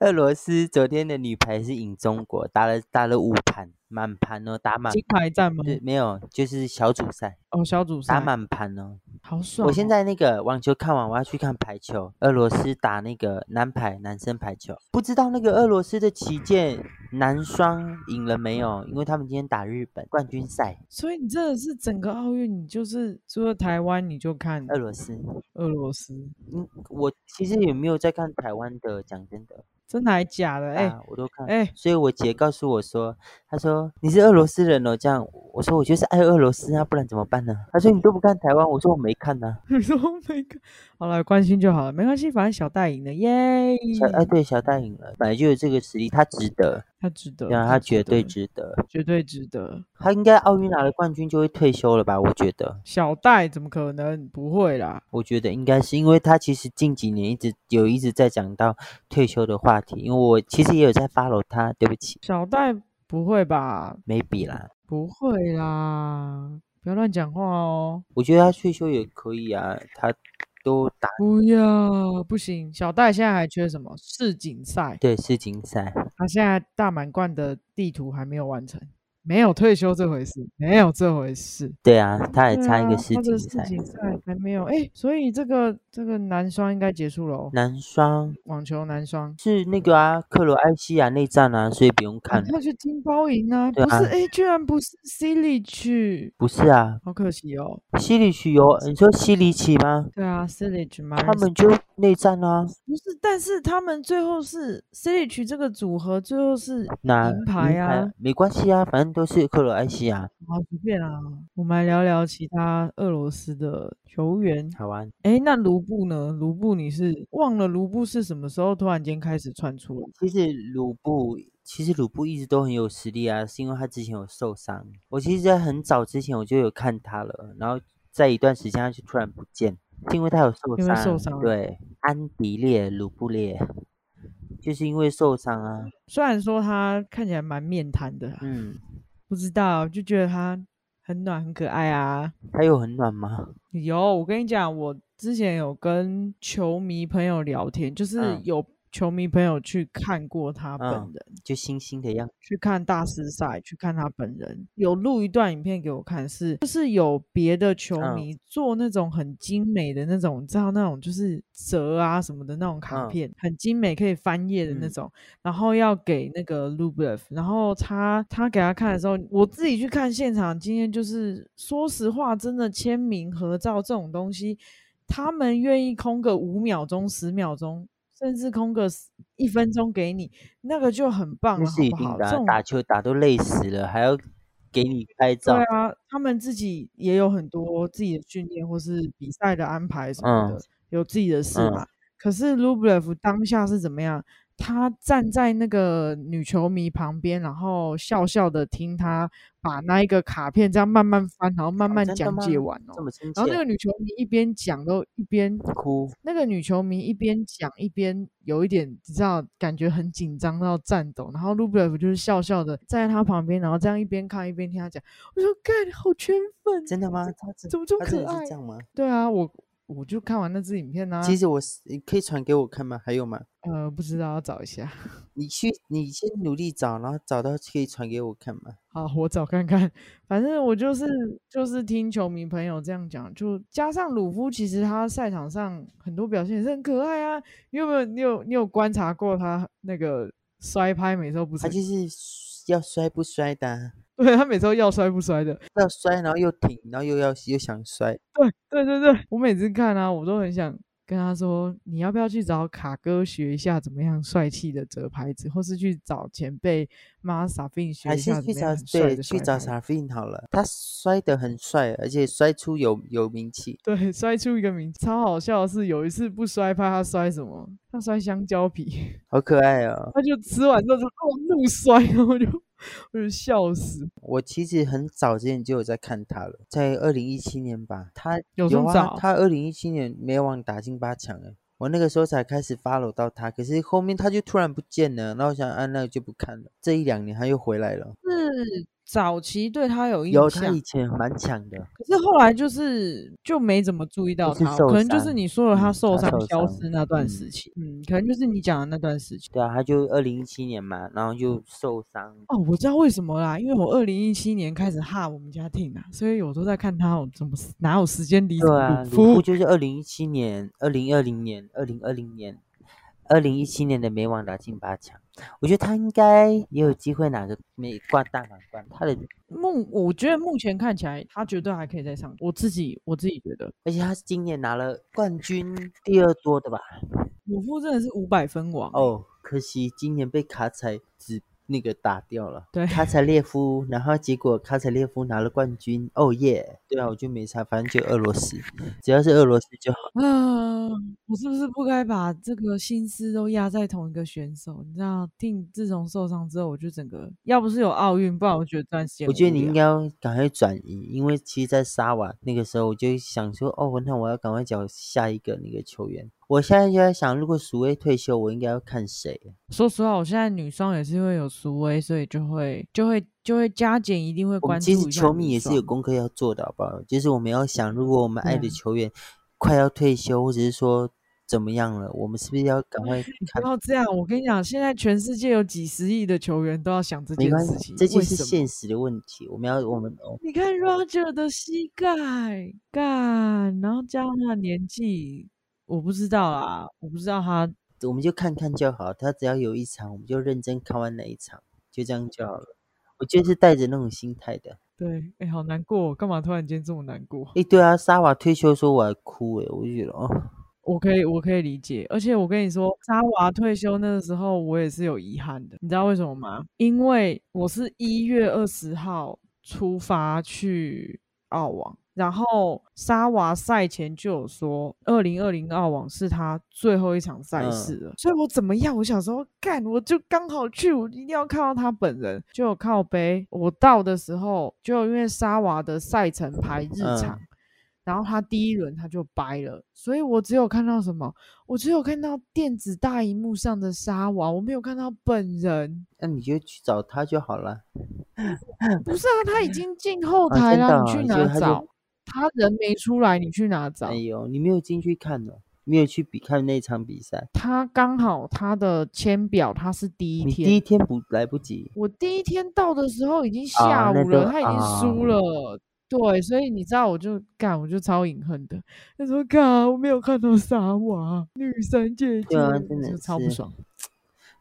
[SPEAKER 2] 俄罗斯昨天的女排是赢中国，打了打了五盘满盘哦，打满
[SPEAKER 1] 金牌战吗？
[SPEAKER 2] 对没有就是小组赛
[SPEAKER 1] 哦，小组赛，
[SPEAKER 2] 打满盘哦。
[SPEAKER 1] 好爽哦！
[SPEAKER 2] 我现在那个网球看完，我要去看排球，俄罗斯打那个男排男生排球，不知道那个俄罗斯的旗舰男双赢了没有？因为他们今天打日本冠军赛，
[SPEAKER 1] 所以你真的是整个奥运，你就是除了台湾，你就看
[SPEAKER 2] 俄罗斯。
[SPEAKER 1] 俄罗斯，
[SPEAKER 2] 嗯，我其实也没有在看台湾的，讲真的，
[SPEAKER 1] 真的还假的？哎
[SPEAKER 2] 啊，我都看。
[SPEAKER 1] 哎、
[SPEAKER 2] 所以我姐告诉我说，她说你是俄罗斯人哦，这样，我说我就是爱俄罗斯啊，不然怎么办呢？她说你都不看台湾，我说我没看呢、
[SPEAKER 1] 你说没看？好了，关心就好了，没关系，反正小戴赢了，耶！
[SPEAKER 2] 小哎，对，小戴赢了，本来就有这个实力，他值得，
[SPEAKER 1] 他值得，
[SPEAKER 2] 对啊，他
[SPEAKER 1] 呃值
[SPEAKER 2] 绝对
[SPEAKER 1] 得
[SPEAKER 2] 值得。
[SPEAKER 1] 绝对值得。
[SPEAKER 2] 他应该奥运拿了冠军就会退休了吧？我觉得，
[SPEAKER 1] 小戴怎么可能不会啦？
[SPEAKER 2] 我觉得应该是因为他其实近几年一直有一直在讲到退休的话题，因为我其实也有在 follow 他，对不起，
[SPEAKER 1] 小戴不会吧？
[SPEAKER 2] 没比啦。
[SPEAKER 1] 不会啦！不要乱讲话哦！
[SPEAKER 2] 我觉得他退休也可以啊，他都打
[SPEAKER 1] 不要，不行。小戴现在还缺什么世锦赛？
[SPEAKER 2] 对世锦赛，
[SPEAKER 1] 他现在大满贯的地图还没有完成。没有退休这回事，没有这回事。
[SPEAKER 2] 对啊，他还
[SPEAKER 1] 对
[SPEAKER 2] 差一
[SPEAKER 1] 啊
[SPEAKER 2] 个世
[SPEAKER 1] 他的
[SPEAKER 2] 锦
[SPEAKER 1] 世
[SPEAKER 2] 赛。
[SPEAKER 1] 锦赛还没有，哎、所以这个这个男双应该结束了、哦，
[SPEAKER 2] 男双
[SPEAKER 1] 网球男双。
[SPEAKER 2] 是那个啊，克罗埃西亚内战啊，所以不用看了。
[SPEAKER 1] 哦他去金包银啊，
[SPEAKER 2] 对
[SPEAKER 1] 不是
[SPEAKER 2] 啊
[SPEAKER 1] 哎、居然不是 C 里去，
[SPEAKER 2] 不是啊，
[SPEAKER 1] 好可惜哦。
[SPEAKER 2] 西里奇有你说西里奇吗？
[SPEAKER 1] 对啊 c i l i c 嘛，
[SPEAKER 2] 他们就内战啊，
[SPEAKER 1] 不是，但是他们最后是 c i l i c 这个组合最后是
[SPEAKER 2] 那
[SPEAKER 1] 银牌啊，
[SPEAKER 2] 没关系啊，反正都是克罗埃西亚。
[SPEAKER 1] 好随便啊。我们来聊聊其他俄罗斯的球员。
[SPEAKER 2] 好啊，
[SPEAKER 1] 哎，那卢布呢？卢布你是忘了卢布是什么时候突然间开始窜出来？
[SPEAKER 2] 其实鲁布，其实鲁布一直都很有实力啊，是因为他之前有受伤。我其实，在很早之前我就有看他了，然后在一段时间他就突然不见，是因为他有受
[SPEAKER 1] 因为
[SPEAKER 2] 伤。
[SPEAKER 1] 受伤
[SPEAKER 2] 对，安迪列鲁布列，就是因为受伤啊。
[SPEAKER 1] 虽然说他看起来蛮面瘫的啊、
[SPEAKER 2] 嗯，
[SPEAKER 1] 不知道就觉得他很暖很可爱啊。
[SPEAKER 2] 他有很暖吗？
[SPEAKER 1] 有，我跟你讲，我之前有跟球迷朋友聊天，就是
[SPEAKER 2] 嗯
[SPEAKER 1] 有球迷朋友去看过他本
[SPEAKER 2] 嗯
[SPEAKER 1] 人，
[SPEAKER 2] 就星星的样子。
[SPEAKER 1] 去看大师赛，去看他本人，有录一段影片给我看，是就是有别的球
[SPEAKER 2] 嗯
[SPEAKER 1] 迷做那种很精美的那种，你知道那种就是折啊什么的那种卡
[SPEAKER 2] 嗯
[SPEAKER 1] 片，很精美可以翻页的那
[SPEAKER 2] 嗯
[SPEAKER 1] 种，然后要给那个 Lublev，然后他他给他看的时候，我自己去看现场，今天就是说实话，真的签名合照这种东西，他们愿意空个五秒钟、十秒钟。甚至空个10一分钟给你，那个就很棒
[SPEAKER 2] 那
[SPEAKER 1] 了，好
[SPEAKER 2] 是一
[SPEAKER 1] 不
[SPEAKER 2] 定
[SPEAKER 1] 好？
[SPEAKER 2] 的
[SPEAKER 1] 这
[SPEAKER 2] 啊、
[SPEAKER 1] 种
[SPEAKER 2] 打球打都累死了，还要给你拍
[SPEAKER 1] 对
[SPEAKER 2] 照。
[SPEAKER 1] 啊，他们自己也有很多自己的训练或是比赛的安排什么
[SPEAKER 2] 嗯
[SPEAKER 1] 的，有自己的事
[SPEAKER 2] 嗯
[SPEAKER 1] 嘛。可是 Rublev 当下是怎么样？他站在那个女球迷旁边，然后笑笑的听他把那一个卡片这样慢慢翻，然后慢
[SPEAKER 2] 哦
[SPEAKER 1] 慢
[SPEAKER 2] 真的
[SPEAKER 1] 讲解
[SPEAKER 2] 吗
[SPEAKER 1] 完哦
[SPEAKER 2] 这。么亲切
[SPEAKER 1] 然后那个女球迷一边讲都一边
[SPEAKER 2] 哭，
[SPEAKER 1] 那个女球迷一边讲一边有一点，你知道，感觉很紧张到颤抖。然后 l u b l e v 就是笑笑的站在他旁边，然后这样一边看一边听他讲。我说：“干，好圈粉，
[SPEAKER 2] 真的吗？他真
[SPEAKER 1] 怎么这么
[SPEAKER 2] 他真
[SPEAKER 1] 可
[SPEAKER 2] 的
[SPEAKER 1] 爱
[SPEAKER 2] 是这样吗？？”
[SPEAKER 1] 对啊，我我就看完那支影片呢、啊。
[SPEAKER 2] 其实我是你可以传给我看吗？还有吗？
[SPEAKER 1] 呃，不知道要找一下。
[SPEAKER 2] 你去，你先努力找，然后找到可以传给我看吗？
[SPEAKER 1] 好，我找看看。反正我就是就是听球迷朋友这样讲，就加上鲁夫，其实他赛场上很多表现也是很可爱啊。你有没有你有你有观察过他那个摔拍每次都不
[SPEAKER 2] 他
[SPEAKER 1] 是
[SPEAKER 2] 就是要摔不摔的啊、
[SPEAKER 1] 对他每次都要摔不 摔的。
[SPEAKER 2] 要摔，然后又停，然后又要又想摔。
[SPEAKER 1] 对对对对，我每次看啊，我都很想跟他说，你要不要去找卡哥学一下怎么样帅气的折拍子，或是去找前辈妈傻病学
[SPEAKER 2] 还
[SPEAKER 1] 一下
[SPEAKER 2] 是
[SPEAKER 1] 怎
[SPEAKER 2] 去
[SPEAKER 1] 么
[SPEAKER 2] 找
[SPEAKER 1] 样很帅
[SPEAKER 2] 对
[SPEAKER 1] 的
[SPEAKER 2] 去
[SPEAKER 1] 摔
[SPEAKER 2] 找
[SPEAKER 1] 拍子
[SPEAKER 2] Sarfin 好了，他摔得很帅，而且摔出有有名气。
[SPEAKER 1] 对，摔出一个名字，超好笑的是，有一次不摔拍，他摔什么？他摔香蕉皮，
[SPEAKER 2] 好可爱哦！
[SPEAKER 1] 他就吃完之后就哦怒摔，然后我就 我就笑死。
[SPEAKER 2] 我其实很早之前就有在看他了，在二零一七年吧，他
[SPEAKER 1] 有这么
[SPEAKER 2] 啊
[SPEAKER 1] 早，
[SPEAKER 2] 他二零一七年美网打进八强哎，我那个时候才开始 follow 到他，可是后面他就突然不见了，那我想啊，那就不看了。这一两年他又回来了，
[SPEAKER 1] 是早期对他有印啊
[SPEAKER 2] 有他
[SPEAKER 1] 象
[SPEAKER 2] 以，前蛮强的，
[SPEAKER 1] 可是后来就是就没怎么注意到
[SPEAKER 2] 就是
[SPEAKER 1] 他，
[SPEAKER 2] 受
[SPEAKER 1] 可能就是
[SPEAKER 2] 伤
[SPEAKER 1] 你说的他
[SPEAKER 2] 嗯
[SPEAKER 1] 受
[SPEAKER 2] 他
[SPEAKER 1] 伤
[SPEAKER 2] 受
[SPEAKER 1] 消
[SPEAKER 2] 伤
[SPEAKER 1] 失那段
[SPEAKER 2] 嗯
[SPEAKER 1] 时期，嗯，可能就是你讲的那段时期。
[SPEAKER 2] 对啊，他就二零一七年嘛，然后就受伤，
[SPEAKER 1] 哦，我知道为什么啦，因为我二零一七年开始哈我们家听啊，所以我都在看他，我怎么哪有时间理
[SPEAKER 2] 对
[SPEAKER 1] 鲁嗯
[SPEAKER 2] 啊，鲁
[SPEAKER 1] 夫
[SPEAKER 2] 夫？就是二零一七年、二零二零年、二零二零年、二零一七年的美网打进八强，我觉得他应该也有机会拿个美冠大满贯，他的
[SPEAKER 1] 目我觉得目前看起来他绝对还可以再上，我自己我自己觉得
[SPEAKER 2] 而且他是今年拿了冠军第二多的吧？
[SPEAKER 1] 鲁夫真的是五百分王欸，
[SPEAKER 2] 哦，可惜今年被卡采只那个打掉了。
[SPEAKER 1] 对
[SPEAKER 2] 卡采列夫，然后结果卡采列夫拿了冠军。哦耶！对啊，我就没差，嗯反正就俄罗斯，只要是俄罗斯就好。
[SPEAKER 1] 啊，我是不是不该把这个心思都压在同一个选手？你知道，定自从受伤之后，我就整个要不是有奥运，不然我觉得这段时间
[SPEAKER 2] 我觉得你应
[SPEAKER 1] 该
[SPEAKER 2] 该要赶快转移，因为其实，在沙瓦那个时候，我就想说，哦，那我要赶快找下一个那个球员。我现在就在想，如果苏威退休，我应该要看谁？
[SPEAKER 1] 说实话，我现在女双也是会有苏威，所以就会就会就会加减，一定会
[SPEAKER 2] 我
[SPEAKER 1] 关
[SPEAKER 2] 们
[SPEAKER 1] 注
[SPEAKER 2] 其
[SPEAKER 1] 一
[SPEAKER 2] 实
[SPEAKER 1] 下
[SPEAKER 2] 球
[SPEAKER 1] 女
[SPEAKER 2] 迷也是有
[SPEAKER 1] 双
[SPEAKER 2] 功课要做的，好不好？就是我们要想，如果我们
[SPEAKER 1] 对
[SPEAKER 2] 爱
[SPEAKER 1] 啊
[SPEAKER 2] 的球员快要退休，或者是说怎么样了？我们是不是要赶快看
[SPEAKER 1] 不？要 这样，我跟你讲，现在全世界有几十亿的球员都要想这
[SPEAKER 2] 没
[SPEAKER 1] 件
[SPEAKER 2] 关
[SPEAKER 1] 事
[SPEAKER 2] 系
[SPEAKER 1] 情，，
[SPEAKER 2] 这就
[SPEAKER 1] 为
[SPEAKER 2] 是
[SPEAKER 1] 什么
[SPEAKER 2] 现实的问题。我们要，我们
[SPEAKER 1] 你看 Roger 的膝盖干，然后加上他的年纪，我不知道啦，我不知道他
[SPEAKER 2] 我们就看看就好。他只要有一场，我们就认真看完那一场，就这样就好了。我就是带着那种心态的。
[SPEAKER 1] 对，哎、好难过哦，干嘛突然间这么难过？
[SPEAKER 2] 诶，对啊，沙瓦退休的时候我还哭诶、我就觉得哦，
[SPEAKER 1] 我可以，我可以理解。而且我跟你说，扎娃退休那个时候，我也是有遗憾的。你知道为什么吗？因为我是一月二十号出发去澳网，然后沙娃赛前就有说，二零二零澳网是他最后一场赛
[SPEAKER 2] 嗯
[SPEAKER 1] 事了。所以我怎么样？我想说，干，我就刚好去，我一定要看到他本人。就靠背，我到的时候，就因为沙娃的赛程排日
[SPEAKER 2] 嗯
[SPEAKER 1] 常。然后他第一轮他就掰了，所以我只有看到什么？我只有看到电子大荧幕上的沙娃，我没有看到本人。
[SPEAKER 2] 那你就去找他就好了。
[SPEAKER 1] 不是啊，他已经进后
[SPEAKER 2] 啊
[SPEAKER 1] 台
[SPEAKER 2] 真
[SPEAKER 1] 了，你
[SPEAKER 2] 的哦
[SPEAKER 1] 去
[SPEAKER 2] 你
[SPEAKER 1] 哪
[SPEAKER 2] 觉得他就
[SPEAKER 1] 找？他人没出来，你去哪找
[SPEAKER 2] 哎？呦，你没有进去看哦，没有去比看那场比赛，
[SPEAKER 1] 他刚好他的签表他是第一
[SPEAKER 2] 你
[SPEAKER 1] 天，
[SPEAKER 2] 第一天不来不及。
[SPEAKER 1] 我第一天到的时候已经
[SPEAKER 2] 啊
[SPEAKER 1] 下
[SPEAKER 2] 那
[SPEAKER 1] 午了，
[SPEAKER 2] 就
[SPEAKER 1] 他已经输
[SPEAKER 2] 啊
[SPEAKER 1] 了。对，所以你知道，我就干，我就超隐恨的。那时候干，我没有看到沙娃女神姐姐，
[SPEAKER 2] 对啊真的
[SPEAKER 1] 就超不
[SPEAKER 2] 是
[SPEAKER 1] 爽。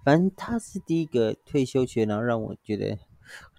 [SPEAKER 2] 反正他是第一个退休球员，然后让我觉得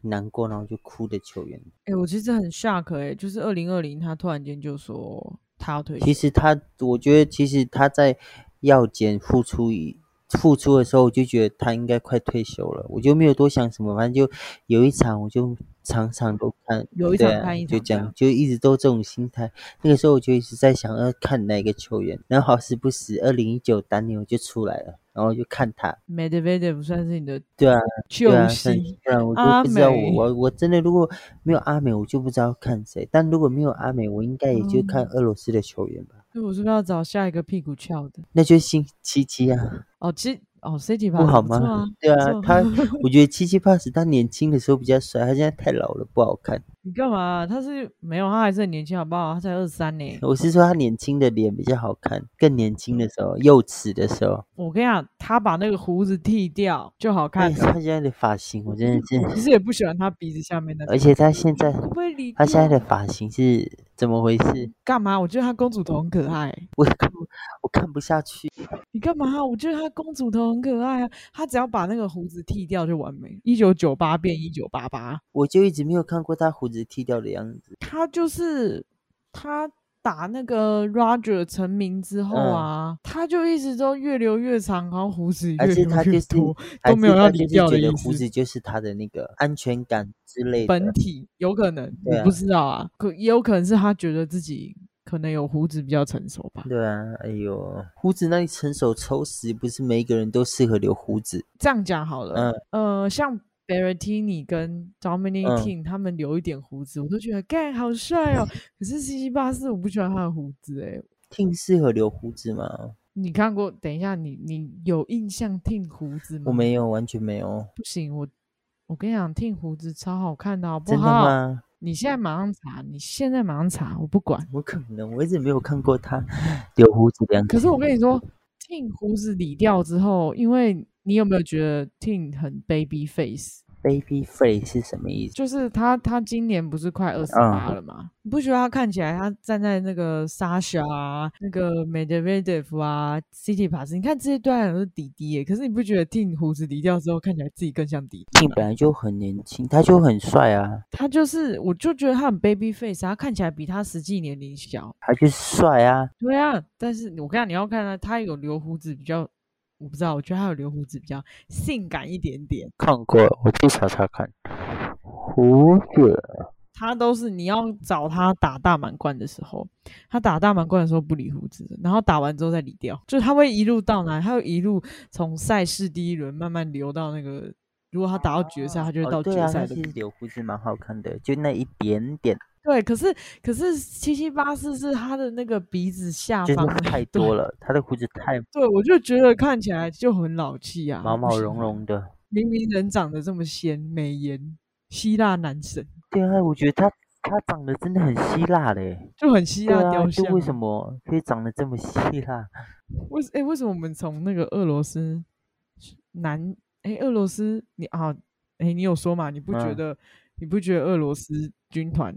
[SPEAKER 2] 很难过，然后就哭的球员。
[SPEAKER 1] 哎、我其实很 shock 哎、就是二零二零，他突然间就说他要退休
[SPEAKER 2] 其，实他，我觉得其实他在药检付出一付出的时候，我就觉得他应该快退休了，我就没有多想什么，反正就有一场我就场场都看，
[SPEAKER 1] 有一
[SPEAKER 2] 对
[SPEAKER 1] 场
[SPEAKER 2] 啊
[SPEAKER 1] 看一场
[SPEAKER 2] 就
[SPEAKER 1] 这
[SPEAKER 2] 这样
[SPEAKER 1] 样，
[SPEAKER 2] 就一直都这种心态。那个时候我就一直在想要看哪个球员，然后好死不死，二零一九丹尼尔就出来了，然后就看他，
[SPEAKER 1] Medvedev 算是你的
[SPEAKER 2] 对啊，
[SPEAKER 1] 救
[SPEAKER 2] 对啊，算
[SPEAKER 1] 星，
[SPEAKER 2] 不然我
[SPEAKER 1] 阿
[SPEAKER 2] 就不知道
[SPEAKER 1] 美
[SPEAKER 2] 我我我真的如果没有阿美，我就不知道看谁，但如果没有阿美，我应该也就看
[SPEAKER 1] 嗯
[SPEAKER 2] 俄罗斯的球员吧。
[SPEAKER 1] 所以我是不是要找下一个屁股翘的？
[SPEAKER 2] 那就星七七啊，
[SPEAKER 1] 哦，其实哦 c i t
[SPEAKER 2] 不好吗？
[SPEAKER 1] 啊，
[SPEAKER 2] 对
[SPEAKER 1] 不
[SPEAKER 2] 啊
[SPEAKER 1] 错，
[SPEAKER 2] 他我觉得七七 pass 他年轻的时候比较帅，他现在太老了不好看。
[SPEAKER 1] 你干嘛、他是没有，他还是很年轻，好不好？他才二三呢。
[SPEAKER 2] 我是说他年轻的脸比较好看，更年轻的时候，幼齿的时候，
[SPEAKER 1] 我跟你讲，他把那个胡子剃掉就好
[SPEAKER 2] 哎
[SPEAKER 1] 看了。
[SPEAKER 2] 他现在的发型我真的
[SPEAKER 1] 其
[SPEAKER 2] 是，
[SPEAKER 1] 实也不喜欢他鼻子下面的，
[SPEAKER 2] 而且他现在
[SPEAKER 1] 可不可以理
[SPEAKER 2] 他现在
[SPEAKER 1] 掉
[SPEAKER 2] 的发型是怎么回事？
[SPEAKER 1] 干嘛？我觉得他公主头很可爱。
[SPEAKER 2] 我看不我看不下去。
[SPEAKER 1] 你干嘛？我觉得她公主头很可爱啊，她只要把那个胡子剃掉就完美。一九九八变一九八八，
[SPEAKER 2] 我就一直没有看过他胡子剃掉的样子，
[SPEAKER 1] 她就是她打那个 Roger 成名之后
[SPEAKER 2] 嗯
[SPEAKER 1] 啊，她就一直都越留越长，然后胡子越
[SPEAKER 2] 而且他
[SPEAKER 1] 留
[SPEAKER 2] 就
[SPEAKER 1] 越
[SPEAKER 2] 是
[SPEAKER 1] 多，
[SPEAKER 2] 还
[SPEAKER 1] 都没
[SPEAKER 2] 是
[SPEAKER 1] 有要
[SPEAKER 2] 他
[SPEAKER 1] 理
[SPEAKER 2] 就是
[SPEAKER 1] 掉的
[SPEAKER 2] 觉得
[SPEAKER 1] 意
[SPEAKER 2] 胡
[SPEAKER 1] 思
[SPEAKER 2] 子就是他的那个安全感之类
[SPEAKER 1] 本
[SPEAKER 2] 的。
[SPEAKER 1] 体有可能
[SPEAKER 2] 对
[SPEAKER 1] 我
[SPEAKER 2] 啊
[SPEAKER 1] 不知道啊，可也有可能是她觉得自己可能有胡子比较成熟吧。
[SPEAKER 2] 对啊，哎呦，胡子那里成手抽死，不是每一个人都适合留胡子。
[SPEAKER 1] 这样讲好了
[SPEAKER 2] 嗯，
[SPEAKER 1] 呃，像 Berrettini 跟 Dominic
[SPEAKER 2] 嗯
[SPEAKER 1] Ting、他们留一点胡子，我都觉得干好帅 哦。可是 C C 八四我不喜欢他的胡子哎、
[SPEAKER 2] 挺适合留胡子吗？
[SPEAKER 1] 你看过？等一下，你你有印象 Ting 胡子吗？
[SPEAKER 2] 我没有，完全没有。
[SPEAKER 1] 嗯不行，我我跟你讲，Ting 胡子超好看的，好不
[SPEAKER 2] 真的
[SPEAKER 1] 好？
[SPEAKER 2] 吗？
[SPEAKER 1] 你现在马上查，你现在马上查，我不管。
[SPEAKER 2] 怎么可能？我一直没有看过他留胡子的样
[SPEAKER 1] 可
[SPEAKER 2] 子。
[SPEAKER 1] 是我跟你说，Ting 胡子理掉之后，因为你有没有觉得 Ting 很 baby face？
[SPEAKER 2] Baby face 是什么意思？
[SPEAKER 1] 就是他，他今年不是快二十八了嘛？你不觉得他看起来，他站在那个 Sasha 啊、那个 Medvedev 啊、City Pass，你看这些对他来讲是弟弟耶，可是你不觉得剃胡子理掉之后，看起来自己更像弟弟？
[SPEAKER 2] 挺本来就很年轻，他就很帅啊，
[SPEAKER 1] 他就是，我就觉得他很 baby face，啊他看起来比他实际年龄小。
[SPEAKER 2] 他就是帅啊。
[SPEAKER 1] 对啊，但是我跟你讲，你要看啊他，他有留胡子比较，我不知道，我觉得他有留胡子比较性感一点点。
[SPEAKER 2] 看过，我去查查看。胡子，
[SPEAKER 1] 他都是你要找他打大满贯的时候，他打大满贯的时候不理胡子的，然后打完之后再理掉，就是他会一路到哪，他会一路从赛事第一轮慢慢流到那个，如果他打到决赛，他就会
[SPEAKER 2] 哦，
[SPEAKER 1] 到
[SPEAKER 2] 对
[SPEAKER 1] 决
[SPEAKER 2] 啊，
[SPEAKER 1] 赛的
[SPEAKER 2] 他其
[SPEAKER 1] 地
[SPEAKER 2] 实
[SPEAKER 1] 方。
[SPEAKER 2] 留胡子蛮好看的，就那一点点，
[SPEAKER 1] 对，可是可是七七八四是他的那个鼻子下
[SPEAKER 2] 真
[SPEAKER 1] 方
[SPEAKER 2] 的
[SPEAKER 1] 那
[SPEAKER 2] 太
[SPEAKER 1] 一段
[SPEAKER 2] 多，了，他的胡子太
[SPEAKER 1] 对我就觉得看起来就很老气啊，
[SPEAKER 2] 毛
[SPEAKER 1] 我不
[SPEAKER 2] 毛
[SPEAKER 1] 喜
[SPEAKER 2] 茸
[SPEAKER 1] 欢，
[SPEAKER 2] 茸的。
[SPEAKER 1] 明明人长得这么仙，美颜希腊男神。
[SPEAKER 2] 对啊，我觉得他他长得真的很希腊嘞，
[SPEAKER 1] 就很希
[SPEAKER 2] 对
[SPEAKER 1] 腊
[SPEAKER 2] 啊，
[SPEAKER 1] 雕
[SPEAKER 2] 就
[SPEAKER 1] 像啊。
[SPEAKER 2] 为什么可以长得这么希腊？
[SPEAKER 1] 为哎、为什么我们从那个俄罗斯是南哎、俄罗斯你啊哎、你有说嘛？你不觉
[SPEAKER 2] 嗯
[SPEAKER 1] 得、你不觉得俄罗斯军团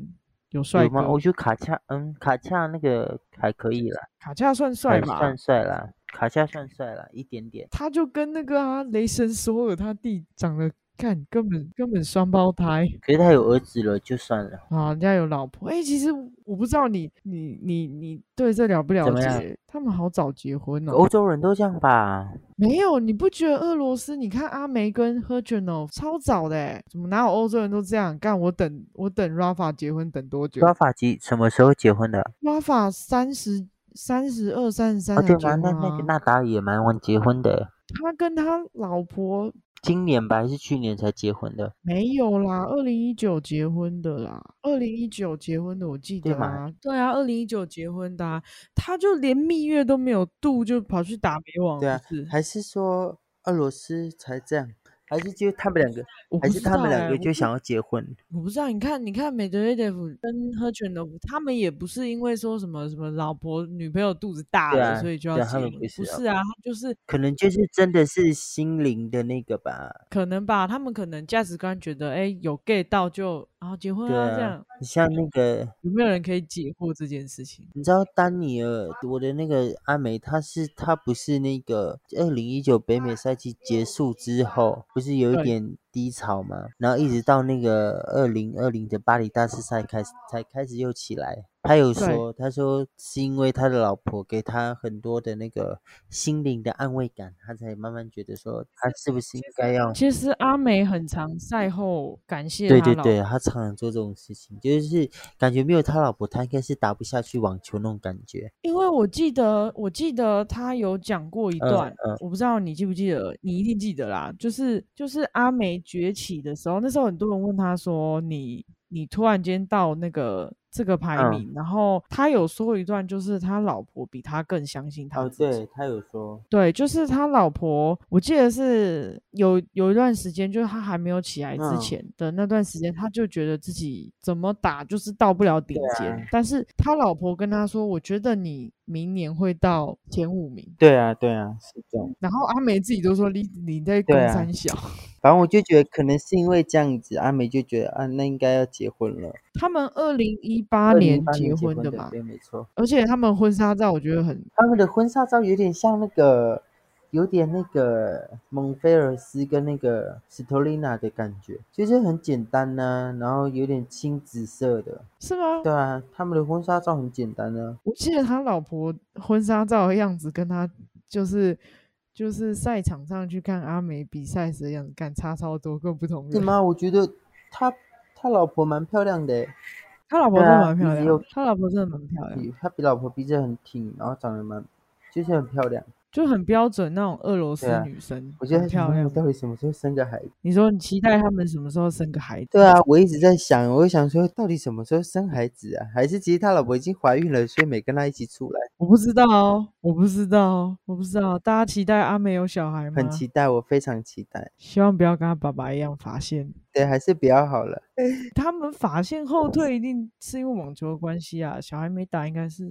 [SPEAKER 1] 有帅
[SPEAKER 2] 有吗？
[SPEAKER 1] 哥
[SPEAKER 2] 我？觉得卡恰，嗯，卡恰那个还可以啦，
[SPEAKER 1] 卡恰算帅
[SPEAKER 2] 还
[SPEAKER 1] 吧
[SPEAKER 2] 算？帅啦，卡恰算帅啦，一点点。
[SPEAKER 1] 他就跟那个啊雷神索尔他弟长得看根本根本双胞胎
[SPEAKER 2] 可是他有儿子了，就算了。
[SPEAKER 1] 啊，人家有老婆。哎、其实我不知道你你你你对这了不了
[SPEAKER 2] 怎么样
[SPEAKER 1] 解？他们好早结婚哦。
[SPEAKER 2] 欧洲人都这样吧？
[SPEAKER 1] 没有，你不觉得俄罗斯？你看阿梅跟 h e r g e n o 超早的欸，怎么哪有欧洲人都这样干？我等我等 Rafa 结婚等多久
[SPEAKER 2] 拉法吉什么时候结婚的？
[SPEAKER 1] ？Rafa 三十三十二、三十三
[SPEAKER 2] 哦，
[SPEAKER 1] 才
[SPEAKER 2] 对
[SPEAKER 1] 结
[SPEAKER 2] 吗？
[SPEAKER 1] 婚
[SPEAKER 2] 那那个
[SPEAKER 1] 啊。
[SPEAKER 2] 纳达尔也蛮晚结婚的，
[SPEAKER 1] 他跟他老婆
[SPEAKER 2] 今年吧还是去年才结婚的，
[SPEAKER 1] 没有啦，二零一九结婚的啦，二零一九结婚的我记
[SPEAKER 2] 对
[SPEAKER 1] 得
[SPEAKER 2] 嘛
[SPEAKER 1] 啊，对啊，二零一九结婚的、啊，他就连蜜月都没有度，就跑去打美网，
[SPEAKER 2] 对
[SPEAKER 1] 了，
[SPEAKER 2] 啊还是说俄罗斯才这样？还是就他们两个，
[SPEAKER 1] 我
[SPEAKER 2] 还
[SPEAKER 1] 不
[SPEAKER 2] 是
[SPEAKER 1] 知
[SPEAKER 2] 他
[SPEAKER 1] 道
[SPEAKER 2] 们两
[SPEAKER 1] 欸
[SPEAKER 2] 个
[SPEAKER 1] 我
[SPEAKER 2] 就
[SPEAKER 1] 不
[SPEAKER 2] 想要结婚？
[SPEAKER 1] 我不知道，你看，你看，美德约德夫跟赫泉的，他们也不是因为说什么什么老婆女朋友肚子大
[SPEAKER 2] 对
[SPEAKER 1] 了，
[SPEAKER 2] 啊
[SPEAKER 1] 所以就
[SPEAKER 2] 对
[SPEAKER 1] 要
[SPEAKER 2] 啊
[SPEAKER 1] 结
[SPEAKER 2] 他
[SPEAKER 1] 婚
[SPEAKER 2] 们，不是
[SPEAKER 1] 不
[SPEAKER 2] 啊
[SPEAKER 1] 是啊，他就是
[SPEAKER 2] 可能就是真的是心灵的那个吧。
[SPEAKER 1] 可能吧，他们可能价值观觉得，哎、有 gay 到就啊结婚
[SPEAKER 2] 对
[SPEAKER 1] 啊，这
[SPEAKER 2] 啊
[SPEAKER 1] 样，
[SPEAKER 2] 你像那个，
[SPEAKER 1] 有没有人可以解惑这件事情？
[SPEAKER 2] 你知道丹尼尔，我的那个阿梅，她是她不是那个二零一九北美赛季结束之后，不是有一
[SPEAKER 1] 对
[SPEAKER 2] 点低潮吗？然后一直到那个二零二零的巴黎大师赛开始，才开始又起来。他有
[SPEAKER 1] 对
[SPEAKER 2] 说，他说是因为他的老婆给他很多的那个心灵的安慰感，他才慢慢觉得说，他是不是应该要
[SPEAKER 1] 其实阿美很常赛后感谢
[SPEAKER 2] 嗯对
[SPEAKER 1] 她
[SPEAKER 2] 对
[SPEAKER 1] 老
[SPEAKER 2] 对，他常常做这种事情，就是感觉没有他老婆，他应该是打不下去网球那种感觉。
[SPEAKER 1] 因为我记得，我记得他有讲过一
[SPEAKER 2] 嗯
[SPEAKER 1] 段，
[SPEAKER 2] 嗯
[SPEAKER 1] 我不知道你记不记得，你一定记得啦。就是就是阿梅崛起的时候，那时候很多人问他说：“你你突然间到那个这个排
[SPEAKER 2] 嗯
[SPEAKER 1] 名。然后他有说一段，就是他老婆比他更相信他
[SPEAKER 2] 哦，
[SPEAKER 1] 自己。
[SPEAKER 2] 对他有说，
[SPEAKER 1] 对，就是他老婆，我记得是有有一段时间，就是他还没有起来之
[SPEAKER 2] 嗯
[SPEAKER 1] 前的那段时间，他就觉得自己怎么打就是到不了顶尖。
[SPEAKER 2] 啊
[SPEAKER 1] 但是他老婆跟他说：“我觉得你明年会到前五名。
[SPEAKER 2] 对啊，对啊，是这样。”
[SPEAKER 1] 然后阿梅自己都说：“你你在
[SPEAKER 2] 对
[SPEAKER 1] 攻
[SPEAKER 2] 啊
[SPEAKER 1] 三小。
[SPEAKER 2] 反正我就觉得可能是因为这样子，阿美就觉得啊，那应该要结婚了。
[SPEAKER 1] 他们二零一八
[SPEAKER 2] 2018
[SPEAKER 1] 年
[SPEAKER 2] 年
[SPEAKER 1] 结
[SPEAKER 2] 婚
[SPEAKER 1] 的
[SPEAKER 2] 的
[SPEAKER 1] 嘛，
[SPEAKER 2] 对，没错。
[SPEAKER 1] 而且他们婚纱照我觉得很
[SPEAKER 2] 他们的婚纱照有点像那个，有点那个蒙菲尔斯跟那个史托琳娜的感觉，就是很简单呐、然后有点青紫色的。
[SPEAKER 1] 是吗？
[SPEAKER 2] 对啊，他们的婚纱照很简单啊。
[SPEAKER 1] 我记得他老婆婚纱照的样子，跟他就是就是赛场上去看阿美比赛时的样子，感差超多，更不同
[SPEAKER 2] 是
[SPEAKER 1] 人。
[SPEAKER 2] 吗？我觉得他他老婆蛮漂亮的欸，
[SPEAKER 1] 他老婆真
[SPEAKER 2] 对
[SPEAKER 1] 的
[SPEAKER 2] 啊
[SPEAKER 1] 蛮
[SPEAKER 2] 嗯
[SPEAKER 1] 漂
[SPEAKER 2] 鼻子
[SPEAKER 1] 亮
[SPEAKER 2] 又
[SPEAKER 1] 的，他老婆真的蛮漂亮的，
[SPEAKER 2] 比他比老婆鼻子很挺，然后长得蛮就是很漂亮。
[SPEAKER 1] 就很标准那种俄罗斯
[SPEAKER 2] 啊
[SPEAKER 1] 女生，
[SPEAKER 2] 我觉得
[SPEAKER 1] 很
[SPEAKER 2] 他
[SPEAKER 1] 漂
[SPEAKER 2] 想说
[SPEAKER 1] 亮
[SPEAKER 2] 你。到底什么时候生个孩子？
[SPEAKER 1] 你说你期待他们什么时候生个孩子？
[SPEAKER 2] 对啊，我一直在想，我就想说到底什么时候生孩子啊？还是其实他老婆已经怀孕了，所以没跟他一起出来。
[SPEAKER 1] 我不知道哦，我不知道哦，我不知道。大家期待阿美有小孩吗？
[SPEAKER 2] 很期待，我非常期待。
[SPEAKER 1] 希望不要跟他爸爸一样发现。
[SPEAKER 2] 对，还是比较好了。
[SPEAKER 1] 他们发现后退一定是因为网球的关系啊，小孩没打应该是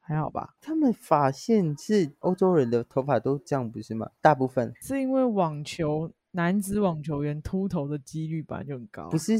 [SPEAKER 1] 还好吧？
[SPEAKER 2] 他们发现是欧洲人的头发都这样，不是吗？大部分
[SPEAKER 1] 是因为网球男子网球员秃头的几率本来就很高。
[SPEAKER 2] 不是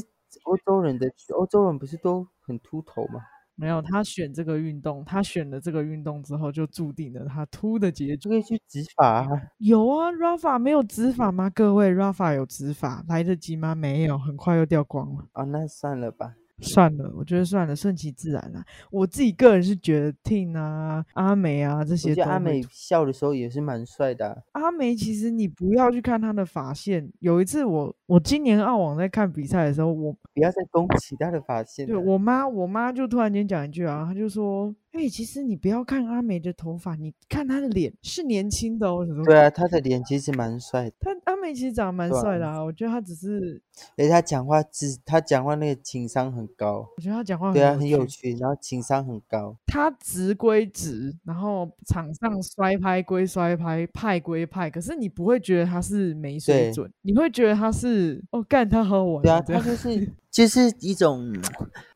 [SPEAKER 2] 欧洲人的，欧洲人不是都很秃头吗？
[SPEAKER 1] 没有他选这个运动，他选了这个运动之后，就注定了他秃的结局。
[SPEAKER 2] 就可以去植发啊。
[SPEAKER 1] 有啊，Rafa 没有植发吗？各位，Rafa 有植发，来得及吗？没有，很快又掉光了。
[SPEAKER 2] 哦，那算了吧。
[SPEAKER 1] 算了，我觉得算了，顺其自然啦、我自己个人是觉得 Tin 啊、阿美啊这
[SPEAKER 2] 我
[SPEAKER 1] 些
[SPEAKER 2] 觉
[SPEAKER 1] 都
[SPEAKER 2] 得阿
[SPEAKER 1] 会
[SPEAKER 2] 美
[SPEAKER 1] 秃
[SPEAKER 2] 笑的时候也是蛮帅的啊、
[SPEAKER 1] 阿梅，其实你不要去看她的发线。有一次我我今年澳网在看比赛的时候，我
[SPEAKER 2] 不要再攻击他的发线
[SPEAKER 1] 对
[SPEAKER 2] 了。
[SPEAKER 1] 我妈我妈就突然间讲一句啊，她就说：“哎、其实你不要看阿梅的头发，你看她的脸是年轻的、哦。”我想说，
[SPEAKER 2] 对啊，他的脸其实蛮帅的，
[SPEAKER 1] 她阿梅其实长得蛮
[SPEAKER 2] 对啊
[SPEAKER 1] 帅的、啊，我觉得她只是
[SPEAKER 2] 而且他讲话智，他讲话那个情商很高。
[SPEAKER 1] 我觉得她讲话
[SPEAKER 2] 对啊，很有
[SPEAKER 1] 趣，
[SPEAKER 2] 趣，哦然后情商很高。
[SPEAKER 1] 她直归直，然后场上摔拍归摔拍，派归派，可是你不会觉得她是没水
[SPEAKER 2] 对
[SPEAKER 1] 准，你会觉得她是是哦，干他好好玩
[SPEAKER 2] 对啊，
[SPEAKER 1] 哦这
[SPEAKER 2] 他
[SPEAKER 1] 样
[SPEAKER 2] 就是就是一种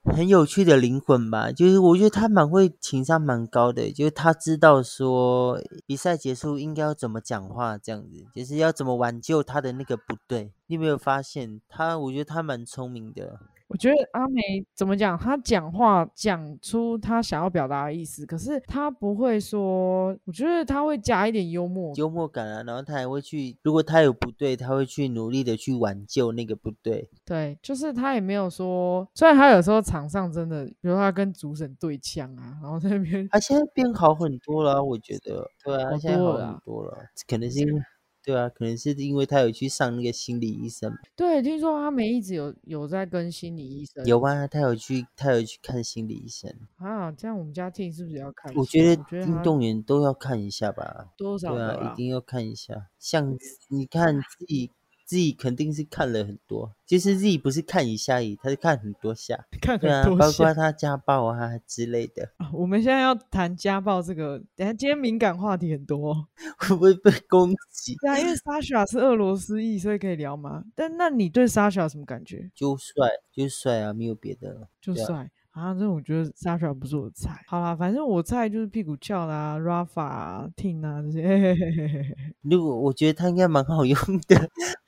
[SPEAKER 2] 很有趣的灵魂吧，就是我觉得他蛮会情商蛮高的，就是他知道说比赛结束应该要怎么讲话，这样子就是要怎么挽救他的那个不对。你有没有发现他？我觉得他蛮聪明的，
[SPEAKER 1] 我觉得阿梅怎么讲，她讲话讲出她想要表达的意思，可是她不会说，我觉得她会加一点幽默。
[SPEAKER 2] 幽默感啊，然后他还会去，如果他有不对，他会去努力的去挽救那个不对。
[SPEAKER 1] 对，就是她也没有说，虽然她有时候场上真的，比如她跟主审对呛啊，然后在那边
[SPEAKER 2] 他现在变好很多了啊，我觉得，对啊，
[SPEAKER 1] 好
[SPEAKER 2] 他现在
[SPEAKER 1] 多
[SPEAKER 2] 好
[SPEAKER 1] 了
[SPEAKER 2] 很
[SPEAKER 1] 啊
[SPEAKER 2] 多了，可能是因为，对啊，可能是因为他有去上那个心理医生。
[SPEAKER 1] 对，听说阿梅一直有有在跟心理医生
[SPEAKER 2] 有啊，他有去，他有去看心理医生。
[SPEAKER 1] 啊，这样我们家 T 是不是也要看一下？
[SPEAKER 2] 我觉
[SPEAKER 1] 我
[SPEAKER 2] 得
[SPEAKER 1] 觉得
[SPEAKER 2] 运
[SPEAKER 1] 她
[SPEAKER 2] 动员都要看一下吧，
[SPEAKER 1] 多
[SPEAKER 2] 对
[SPEAKER 1] 少的
[SPEAKER 2] 啊，
[SPEAKER 1] 啦嗯
[SPEAKER 2] 一定要看一下。像你看自己，自己肯定是看了很多。其实自己不是看一下而已，他是看很多下。
[SPEAKER 1] 看
[SPEAKER 2] 对
[SPEAKER 1] 很
[SPEAKER 2] 啊，
[SPEAKER 1] 多
[SPEAKER 2] 包
[SPEAKER 1] 下
[SPEAKER 2] 括他家暴啊之类的。
[SPEAKER 1] 啊 我们现在要谈家暴这个，等一下今天敏感话题很多、哦。
[SPEAKER 2] 会不会被攻击？
[SPEAKER 1] 对啊， 因为 Sasha 是俄罗斯裔，所以可以聊嘛。但那你对 Sasha 有什么感觉？
[SPEAKER 2] 就帅，就帅啊，没有别的了。
[SPEAKER 1] 就
[SPEAKER 2] 对啊
[SPEAKER 1] 帅啊，这我觉得 Sasha 不是我的菜。好啦，反正我菜就是屁股翘啦、Rafa 啊、Tin 啊这些。嘿嘿嘿嘿嘿
[SPEAKER 2] 如果我觉得他应该蛮好用的，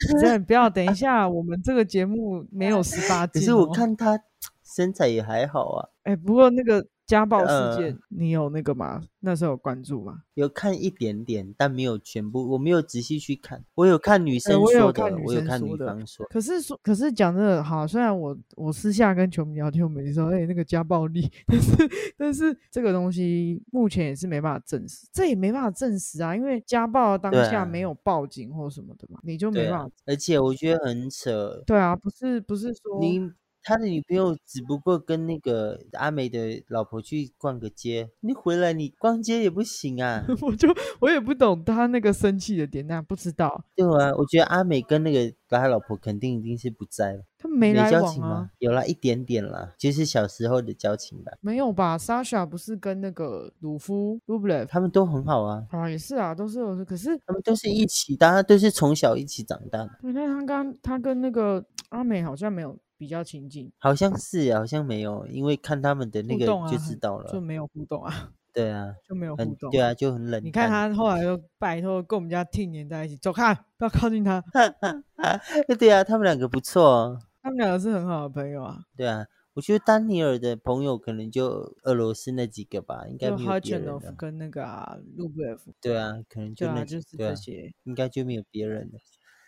[SPEAKER 1] 你真的不要，等一下我们这个节目没有十八
[SPEAKER 2] 可
[SPEAKER 1] 禁、哦。
[SPEAKER 2] 是我，看他身材也还好啊。
[SPEAKER 1] 哎、不过那个家暴事
[SPEAKER 2] 呃
[SPEAKER 1] 件，你有那个吗？那时候有关注吗？
[SPEAKER 2] 有看一点点，但没有全部，我没有仔细去看。我有看女生
[SPEAKER 1] 呃我也有
[SPEAKER 2] 说的，
[SPEAKER 1] 看
[SPEAKER 2] 我
[SPEAKER 1] 女
[SPEAKER 2] 有
[SPEAKER 1] 生
[SPEAKER 2] 看
[SPEAKER 1] 说
[SPEAKER 2] 女
[SPEAKER 1] 的
[SPEAKER 2] 方说，
[SPEAKER 1] 可是说，可是讲真的，好，虽然我我私下跟球迷聊天，我们也说，哎、那个家暴力，但是但是这个东西目前也是没办法证实，这也没办法证实啊，因为家暴的当
[SPEAKER 2] 对
[SPEAKER 1] 下
[SPEAKER 2] 啊
[SPEAKER 1] 没有报警或什么的嘛，你就没
[SPEAKER 2] 对
[SPEAKER 1] 办
[SPEAKER 2] 啊
[SPEAKER 1] 法。。
[SPEAKER 2] 而且我觉得很扯，
[SPEAKER 1] 对啊，不是不是说
[SPEAKER 2] 你他的女朋友只不过跟那个阿美的老婆去逛个街，你回来你逛街也不行啊，
[SPEAKER 1] 我就我也不懂他那个生气的点，那不知道
[SPEAKER 2] 对啊。我觉得阿美跟那个他老婆肯定已经是不在了，
[SPEAKER 1] 他没来
[SPEAKER 2] 交
[SPEAKER 1] 往
[SPEAKER 2] 情
[SPEAKER 1] 啊
[SPEAKER 2] 吗？，有啦，一点点啦，就是小时候的交情吧。
[SPEAKER 1] 没有吧？Sasha 不是跟那个鲁夫 Rublev
[SPEAKER 2] 他们都很好啊，
[SPEAKER 1] 啊，也是啊，都是有，可是
[SPEAKER 2] 他们都是一起，大家都是从小一起长大的，
[SPEAKER 1] 对，但他刚他跟那个阿美好像没有比较亲近，
[SPEAKER 2] 好像是啊，好像没有，因为看他们的那
[SPEAKER 1] 互
[SPEAKER 2] 个
[SPEAKER 1] 动啊
[SPEAKER 2] 就
[SPEAKER 1] 很
[SPEAKER 2] 知道
[SPEAKER 1] 就
[SPEAKER 2] 了。
[SPEAKER 1] 没有互动啊，
[SPEAKER 2] 对啊，
[SPEAKER 1] 就没有互
[SPEAKER 2] 很
[SPEAKER 1] 动。
[SPEAKER 2] 对啊，就很冷淡。
[SPEAKER 1] 你看他后来又拜托跟我们家 T 黏在一起，走开，不要靠近 他。
[SPEAKER 2] 啊， 对啊，他们两个不错哦。
[SPEAKER 1] 他们两个是很好的朋友啊，
[SPEAKER 2] 对啊，我觉得丹尼尔的朋友可能就俄罗斯那几个吧，应该
[SPEAKER 1] 就
[SPEAKER 2] 没
[SPEAKER 1] h u d g i n o
[SPEAKER 2] 有别人
[SPEAKER 1] v
[SPEAKER 2] 了。
[SPEAKER 1] 跟那个啊路布尔夫，
[SPEAKER 2] 对啊，可能就
[SPEAKER 1] 对
[SPEAKER 2] 那
[SPEAKER 1] 啊，
[SPEAKER 2] 几
[SPEAKER 1] 就是
[SPEAKER 2] 对
[SPEAKER 1] 这
[SPEAKER 2] 啊，
[SPEAKER 1] 些。
[SPEAKER 2] 应该就没有别人了。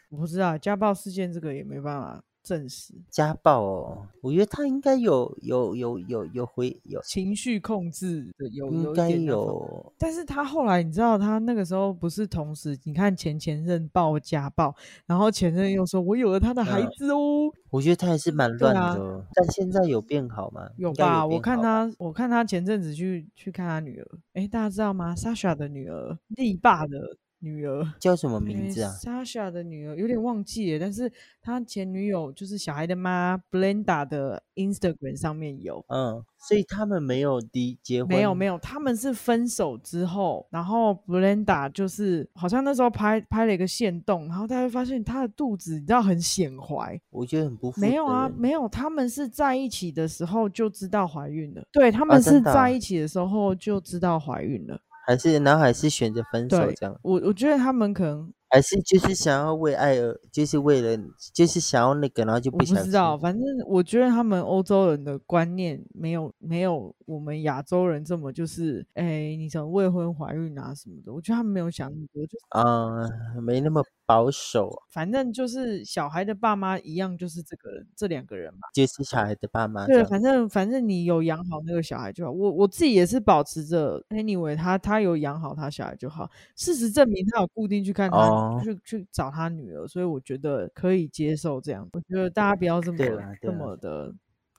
[SPEAKER 1] 我不知道家暴事件这个也没办法证实，
[SPEAKER 2] 家暴哦，我觉得他应该有有有有有回有，
[SPEAKER 1] 情绪控制的有有
[SPEAKER 2] 应
[SPEAKER 1] 一
[SPEAKER 2] 该
[SPEAKER 1] 点那方
[SPEAKER 2] 有
[SPEAKER 1] 但是他后来，你知道，他那个时候不是同时，你看前前任报家暴，然后前任又说：“我有了他的孩
[SPEAKER 2] 嗯
[SPEAKER 1] 子哦。
[SPEAKER 2] 我觉得他也是蛮
[SPEAKER 1] 对
[SPEAKER 2] 乱
[SPEAKER 1] 啊
[SPEAKER 2] 的哦，但现在有变好吗？
[SPEAKER 1] 有
[SPEAKER 2] 应该
[SPEAKER 1] 吧？我
[SPEAKER 2] 变
[SPEAKER 1] 看
[SPEAKER 2] 好吧
[SPEAKER 1] 他，我看他前阵子去去看他女儿，诶，大家知道吗？Sasha 的女儿，力爸的女儿，
[SPEAKER 2] 叫什么名字啊？
[SPEAKER 1] ？Sasha 的女儿有点忘记了，但是他前女友就是小孩的妈 Blenda 的 Instagram 上面有。
[SPEAKER 2] 嗯，所以他们没有离结婚，
[SPEAKER 1] 没有没
[SPEAKER 2] 有，
[SPEAKER 1] 有，他们是分手之后，然后 Brenda 就是好像那时候拍拍了一个线动，然后大家发现她的肚子你知道很显怀，
[SPEAKER 2] 我觉得很不负
[SPEAKER 1] 没有啊
[SPEAKER 2] 责任
[SPEAKER 1] 没有，他们是在一起的时候就知道怀孕了，对他们
[SPEAKER 2] 真
[SPEAKER 1] 是
[SPEAKER 2] 的
[SPEAKER 1] 在
[SPEAKER 2] 啊
[SPEAKER 1] 一起的时候就知道怀孕了，
[SPEAKER 2] 还是然后还是选择分手
[SPEAKER 1] 对
[SPEAKER 2] 这样，
[SPEAKER 1] 我我觉得他们可能
[SPEAKER 2] 还是就是想要为爱而，就是为了就是想要那个，然后就
[SPEAKER 1] 我
[SPEAKER 2] 不
[SPEAKER 1] 不
[SPEAKER 2] 小
[SPEAKER 1] 知
[SPEAKER 2] 心
[SPEAKER 1] 道，反正我觉得他们欧洲人的观念没有没有我们亚洲人这么就是，哎、你怎么未婚怀孕啊什么的，我觉得他们没有想那么多，就
[SPEAKER 2] 啊、没那么保守，啊
[SPEAKER 1] 反正就是小孩的爸妈一样，就是这个人这两个人嘛。
[SPEAKER 2] 就是小孩的爸妈这
[SPEAKER 1] 对，
[SPEAKER 2] 样。
[SPEAKER 1] 反正反正你有养好那个小孩就好。我我自己也是保持着，anyway，他他有养好他小孩就好。事实证明，他有固定去看他，
[SPEAKER 2] 哦
[SPEAKER 1] 去去找他女儿，所以我觉得可以接受这样。我觉得大家不要这么
[SPEAKER 2] 对啦对
[SPEAKER 1] 这
[SPEAKER 2] 啦
[SPEAKER 1] 么的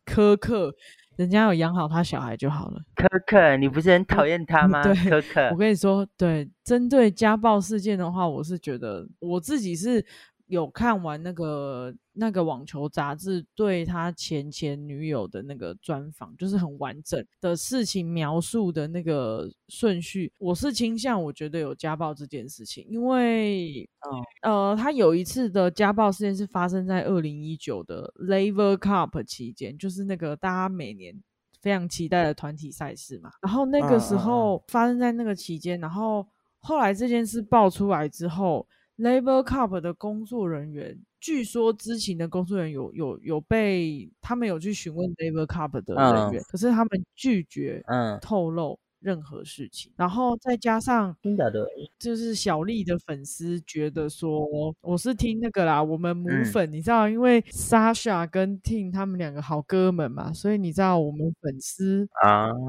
[SPEAKER 1] 苛刻，人家有养好他小孩就好了。
[SPEAKER 2] 可可，你不是很讨厌他
[SPEAKER 1] 嗯
[SPEAKER 2] 吗？
[SPEAKER 1] 对
[SPEAKER 2] 可可
[SPEAKER 1] 我，跟你说，对，针对家暴事件的话，我是觉得我自己是有看完那个那个网球杂志对他前前女友的那个专访，就是很完整的事情描述的那个顺序，我是倾向我觉得有家暴这件事情，因为呃，他有一次的家暴事件是发生在二零一九的 Lever Cup 期间，就是那个大家每年非常期待的团体赛事嘛。然后那个时
[SPEAKER 2] 嗯嗯嗯
[SPEAKER 1] 候发生在那个期间，然后后来这件事爆出来之后，Lever Cup 的工作人员，据说知情的工作人员有有有被他们有去询问 Lever Cup 的人
[SPEAKER 2] 嗯
[SPEAKER 1] 员，可是他们拒绝
[SPEAKER 2] 嗯，
[SPEAKER 1] 透露任何事情，然后再加上。
[SPEAKER 2] 真的假的，
[SPEAKER 1] 就是小丽的粉丝觉得说，我是听那个啦，我们母
[SPEAKER 2] 嗯
[SPEAKER 1] 粉，你知道，因为 Sasha 跟 Tin 他们两个好哥们嘛，所以你知道我们粉丝
[SPEAKER 2] 啊，
[SPEAKER 1] 母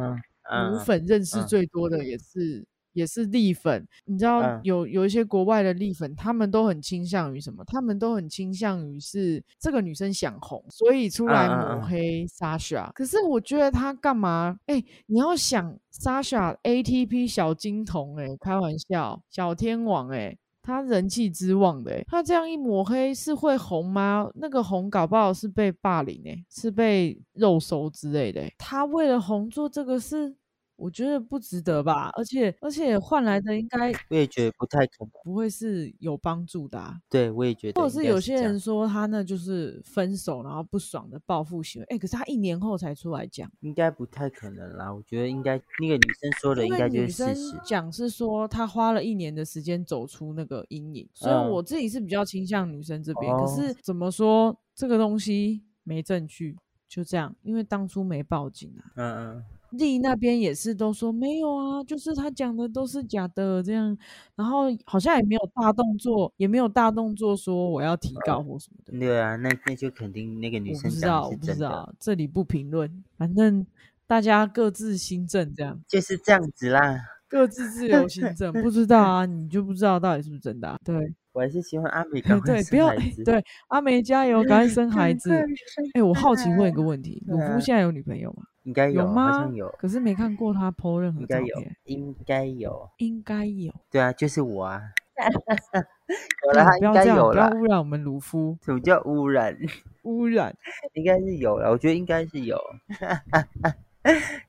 [SPEAKER 2] 嗯，
[SPEAKER 1] 粉认识
[SPEAKER 2] 嗯
[SPEAKER 1] 最多的也是。也是力粉，你知道
[SPEAKER 2] 嗯
[SPEAKER 1] 有有一些国外的力粉，他们都很倾向于什么？他们都很倾向于是这个女生想红，所以出来
[SPEAKER 2] 嗯嗯
[SPEAKER 1] 抹
[SPEAKER 2] 嗯
[SPEAKER 1] 黑 Sasha。可是我觉得她干嘛？哎、你要想 Sasha ATP 小金童、哎，开玩笑，小天王、哎，他人气之旺的、欸，他这样一抹黑是会红吗？那个红搞不好是被霸凌诶、是被肉搜之类的欸、他为了红做这个事，我觉得不值得吧。而且而且换来的应该
[SPEAKER 2] 我也觉得不太可能，
[SPEAKER 1] 不会是有帮助的、啊，
[SPEAKER 2] 对我也觉得
[SPEAKER 1] 或者是
[SPEAKER 2] 应该这样，
[SPEAKER 1] 有些人说他那就是分手然后不爽的报复行为。哎、可是他一年后才出来讲，
[SPEAKER 2] 应该不太可能啦，我觉得应该那个女生说的
[SPEAKER 1] 因
[SPEAKER 2] 应
[SPEAKER 1] 为
[SPEAKER 2] 该就
[SPEAKER 1] 女
[SPEAKER 2] 是
[SPEAKER 1] 生
[SPEAKER 2] 事实，
[SPEAKER 1] 讲是说她花了一年的时间走出那个阴影，所以
[SPEAKER 2] 嗯
[SPEAKER 1] 我自己是比较倾向女生这边。
[SPEAKER 2] 哦
[SPEAKER 1] 可是怎么说这个东西没证据，就这样，因为当初没报警啊。
[SPEAKER 2] 嗯嗯。
[SPEAKER 1] 丽那边也是都说没有啊，就是他讲的都是假的这样，然后好像也没有大动作，也没有大动作说我要提
[SPEAKER 2] 嗯
[SPEAKER 1] 告或什么的。
[SPEAKER 2] 对啊，那那就肯定那个女
[SPEAKER 1] 我不
[SPEAKER 2] 生
[SPEAKER 1] 知
[SPEAKER 2] 讲
[SPEAKER 1] 道，
[SPEAKER 2] 的
[SPEAKER 1] 我
[SPEAKER 2] 是
[SPEAKER 1] 不知
[SPEAKER 2] 真的，
[SPEAKER 1] 道，这里不评论，反正大家各自心证这样。
[SPEAKER 2] 就是这样子啦。
[SPEAKER 1] 各自自由行政，不知 道啊，你就不知道到底是不是真的、啊。对
[SPEAKER 2] 我还是希望阿 美 赶快
[SPEAKER 1] 对，不
[SPEAKER 2] 生
[SPEAKER 1] 要
[SPEAKER 2] 孩 子。
[SPEAKER 1] 对阿梅加油，赶快 生孩子。
[SPEAKER 2] 赶
[SPEAKER 1] 哎
[SPEAKER 2] 快、生
[SPEAKER 1] 我好奇问一 个问题，
[SPEAKER 2] 对
[SPEAKER 1] 鲁夫
[SPEAKER 2] 啊
[SPEAKER 1] 现在有女朋友吗？
[SPEAKER 2] 应该有，好
[SPEAKER 1] 吗
[SPEAKER 2] 像有？，
[SPEAKER 1] 可是没看过他 PO 任何
[SPEAKER 2] 应
[SPEAKER 1] 照
[SPEAKER 2] 该有
[SPEAKER 1] 片，，
[SPEAKER 2] 应该有。
[SPEAKER 1] 应该有。
[SPEAKER 2] 对啊，就是我 啊。 有
[SPEAKER 1] 对
[SPEAKER 2] 了，
[SPEAKER 1] 哎不
[SPEAKER 2] 应
[SPEAKER 1] 要这
[SPEAKER 2] 该
[SPEAKER 1] 样，
[SPEAKER 2] 有
[SPEAKER 1] 不要
[SPEAKER 2] 了。
[SPEAKER 1] 污染我们鲁夫，
[SPEAKER 2] 什么叫污染？
[SPEAKER 1] 污染。
[SPEAKER 2] 应该是有了，我觉得应该是有。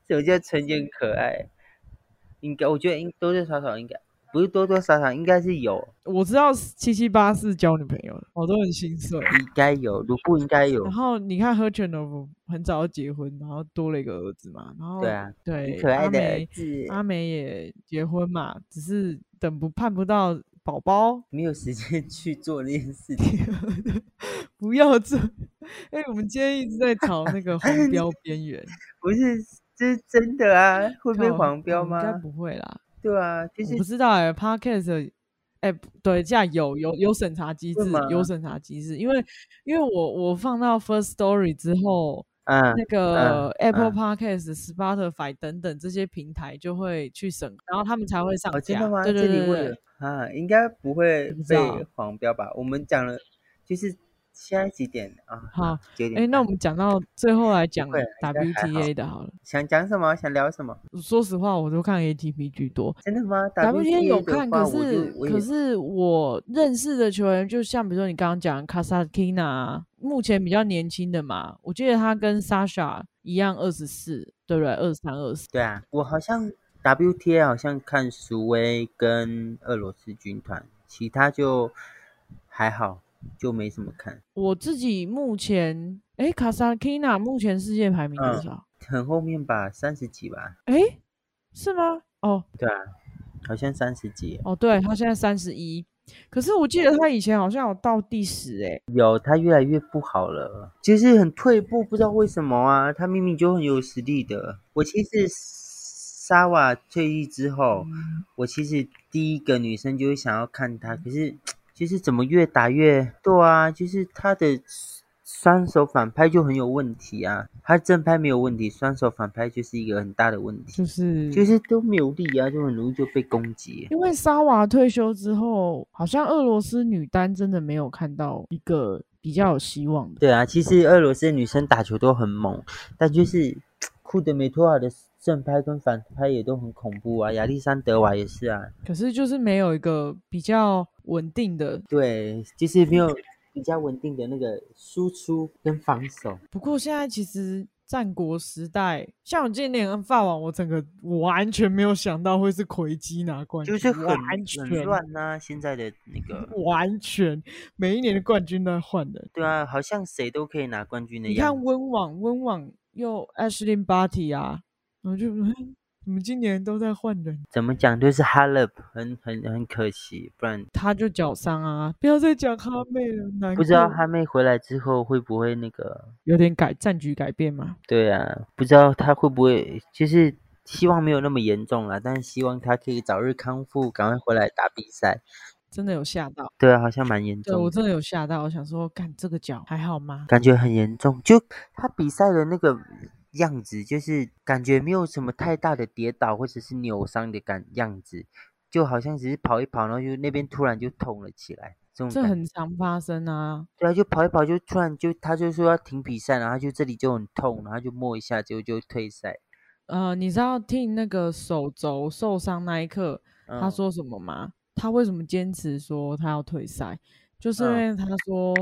[SPEAKER 2] 什么叫纯洁可爱？应该，我觉得应多多少少应该不是多多少少，应该是有，
[SPEAKER 1] 我知道七七八四交女朋友了，我都很心碎。
[SPEAKER 2] 应该有，如不应该有
[SPEAKER 1] 然，后你看 h e r c h e n o 很早就结婚，然后多了一个儿子嘛，然后
[SPEAKER 2] 对啊，
[SPEAKER 1] 对
[SPEAKER 2] 很可爱
[SPEAKER 1] 阿
[SPEAKER 2] 的
[SPEAKER 1] 梅
[SPEAKER 2] 儿子，
[SPEAKER 1] 阿美也结婚嘛，只是等不盼不到宝宝，
[SPEAKER 2] 没有时间 去做那件事情。
[SPEAKER 1] 不要这。 哎、我们今天一直在朝那个红 标边缘，
[SPEAKER 2] 不是，这是真的啊，会被
[SPEAKER 1] 靠
[SPEAKER 2] 黄标
[SPEAKER 1] 嗯应该
[SPEAKER 2] 吗？
[SPEAKER 1] 不会啦，
[SPEAKER 2] 对啊，就
[SPEAKER 1] 我
[SPEAKER 2] 是
[SPEAKER 1] 不知道哎、p o d c a s t 哎、不对，这样有有有审查机制
[SPEAKER 2] 会吗，
[SPEAKER 1] 有审查机制，因为因为我我放到 First Story 之后，
[SPEAKER 2] 嗯
[SPEAKER 1] 那个 Apple
[SPEAKER 2] 嗯
[SPEAKER 1] Podcast、Spotify 等等这些平台就会去审，然后他们才会上
[SPEAKER 2] 哦，真
[SPEAKER 1] 架。
[SPEAKER 2] 的吗？
[SPEAKER 1] 对对
[SPEAKER 2] 这
[SPEAKER 1] 对
[SPEAKER 2] 里会
[SPEAKER 1] 对
[SPEAKER 2] 有，啊，应该不会
[SPEAKER 1] 不知道
[SPEAKER 2] 被黄标吧？我们讲了，就是现在几点啊？
[SPEAKER 1] 好，
[SPEAKER 2] 九点
[SPEAKER 1] 哎、
[SPEAKER 2] 半。
[SPEAKER 1] 那我们讲到最后来讲
[SPEAKER 2] 会啦应该还好
[SPEAKER 1] WTA 的好了。
[SPEAKER 2] 想讲什么？想聊什么？
[SPEAKER 1] 说实话，我都看 ATP 居多。
[SPEAKER 2] 真的吗
[SPEAKER 1] WTA 有
[SPEAKER 2] 的
[SPEAKER 1] 看，
[SPEAKER 2] 话
[SPEAKER 1] 可
[SPEAKER 2] 我就是我
[SPEAKER 1] 可
[SPEAKER 2] 也
[SPEAKER 1] 是我认识的球员，就像比如说你刚刚讲 k a s a k i n a 目前比较年轻的嘛，我记得他跟 Sasha 一样二十四，对不对？二三二四。
[SPEAKER 2] 对啊，我好像 WTA 好像看苏威跟俄罗斯军团，其他就还好，就没什么看。
[SPEAKER 1] 我自己目前，哎 k a s a k i n a 目前世界排名多
[SPEAKER 2] 嗯
[SPEAKER 1] 少？
[SPEAKER 2] 很后面吧，三十几吧，
[SPEAKER 1] 哎、是吗？哦
[SPEAKER 2] 对啊，好像三十几。
[SPEAKER 1] 哦，对他现在三十一，可是我记得他以前好像有到第十哎、
[SPEAKER 2] 有，他越来越不好了，就是很退步，不知道为什么啊。他明明就很有实力的。我其实沙瓦退役之后，我其实第一个女生就会想要看他，可是就是怎么越打越对啊，就是他的双手反拍就很有问题啊。他正拍没有问题，双手反拍就是一个很大的问题，
[SPEAKER 1] 就是
[SPEAKER 2] 就是都没有力啊，就很容易就被攻击。
[SPEAKER 1] 因为沙瓦退休之后，好像俄罗斯女单真的没有看到一个比较有希望的。
[SPEAKER 2] 对啊，其实俄罗斯的女生打球都很猛，但就是裤子没脱好的正拍跟反拍也都很恐怖啊，亚历山德娃也是啊，
[SPEAKER 1] 可是就是没有一个比较稳定的。
[SPEAKER 2] 对，就是没有比较稳定的那个输出跟防守。
[SPEAKER 1] 不过现在其实战国时代，像我今年跟法网，我整个完全没有想到会是奎基拿冠军，
[SPEAKER 2] 就是很
[SPEAKER 1] 完全
[SPEAKER 2] 很乱呐、现在的那个，
[SPEAKER 1] 完全每一年的冠军都在换人。
[SPEAKER 2] 对啊，好像谁都可以拿冠军的
[SPEAKER 1] 你
[SPEAKER 2] 样
[SPEAKER 1] 看
[SPEAKER 2] 子。
[SPEAKER 1] 温网，温网又 Ashley Barty 啊，然后就 嗯你们今年都在换人，
[SPEAKER 2] 怎么讲，就是 Halep 很很很可惜，不然
[SPEAKER 1] 他就脚伤啊，不要再讲哈妹了，难
[SPEAKER 2] 不知道
[SPEAKER 1] 过
[SPEAKER 2] 哈妹回来之后会不会那个？
[SPEAKER 1] 有点改战局改变嘛。
[SPEAKER 2] 对啊，不知道她会不会，就是希望没有那么严重啦，但是希望她可以早日康复，赶快回来打比赛。
[SPEAKER 1] 真的有吓到，
[SPEAKER 2] 对啊，好像蛮严
[SPEAKER 1] 对
[SPEAKER 2] 重
[SPEAKER 1] 我
[SPEAKER 2] 的，
[SPEAKER 1] 真的有吓到，我想说，干这个脚还好吗？
[SPEAKER 2] 感觉很严重。就她比赛的那个样子，就是感觉没有什么太大的跌倒或者是扭伤的感样子，就好像只是跑一跑，然后就那边突然就痛了起来。这种
[SPEAKER 1] 这
[SPEAKER 2] 感觉
[SPEAKER 1] 很常发生啊，
[SPEAKER 2] 对啊，就跑一跑，就突然就他就说要停比赛，然后就这里就很痛，然后就摸一下，结果就退赛。
[SPEAKER 1] 呃，你知道听那个手肘受伤那一刻，他
[SPEAKER 2] 嗯
[SPEAKER 1] 说什么吗？他为什么坚持说他要退赛？就是因为
[SPEAKER 2] 嗯
[SPEAKER 1] 他说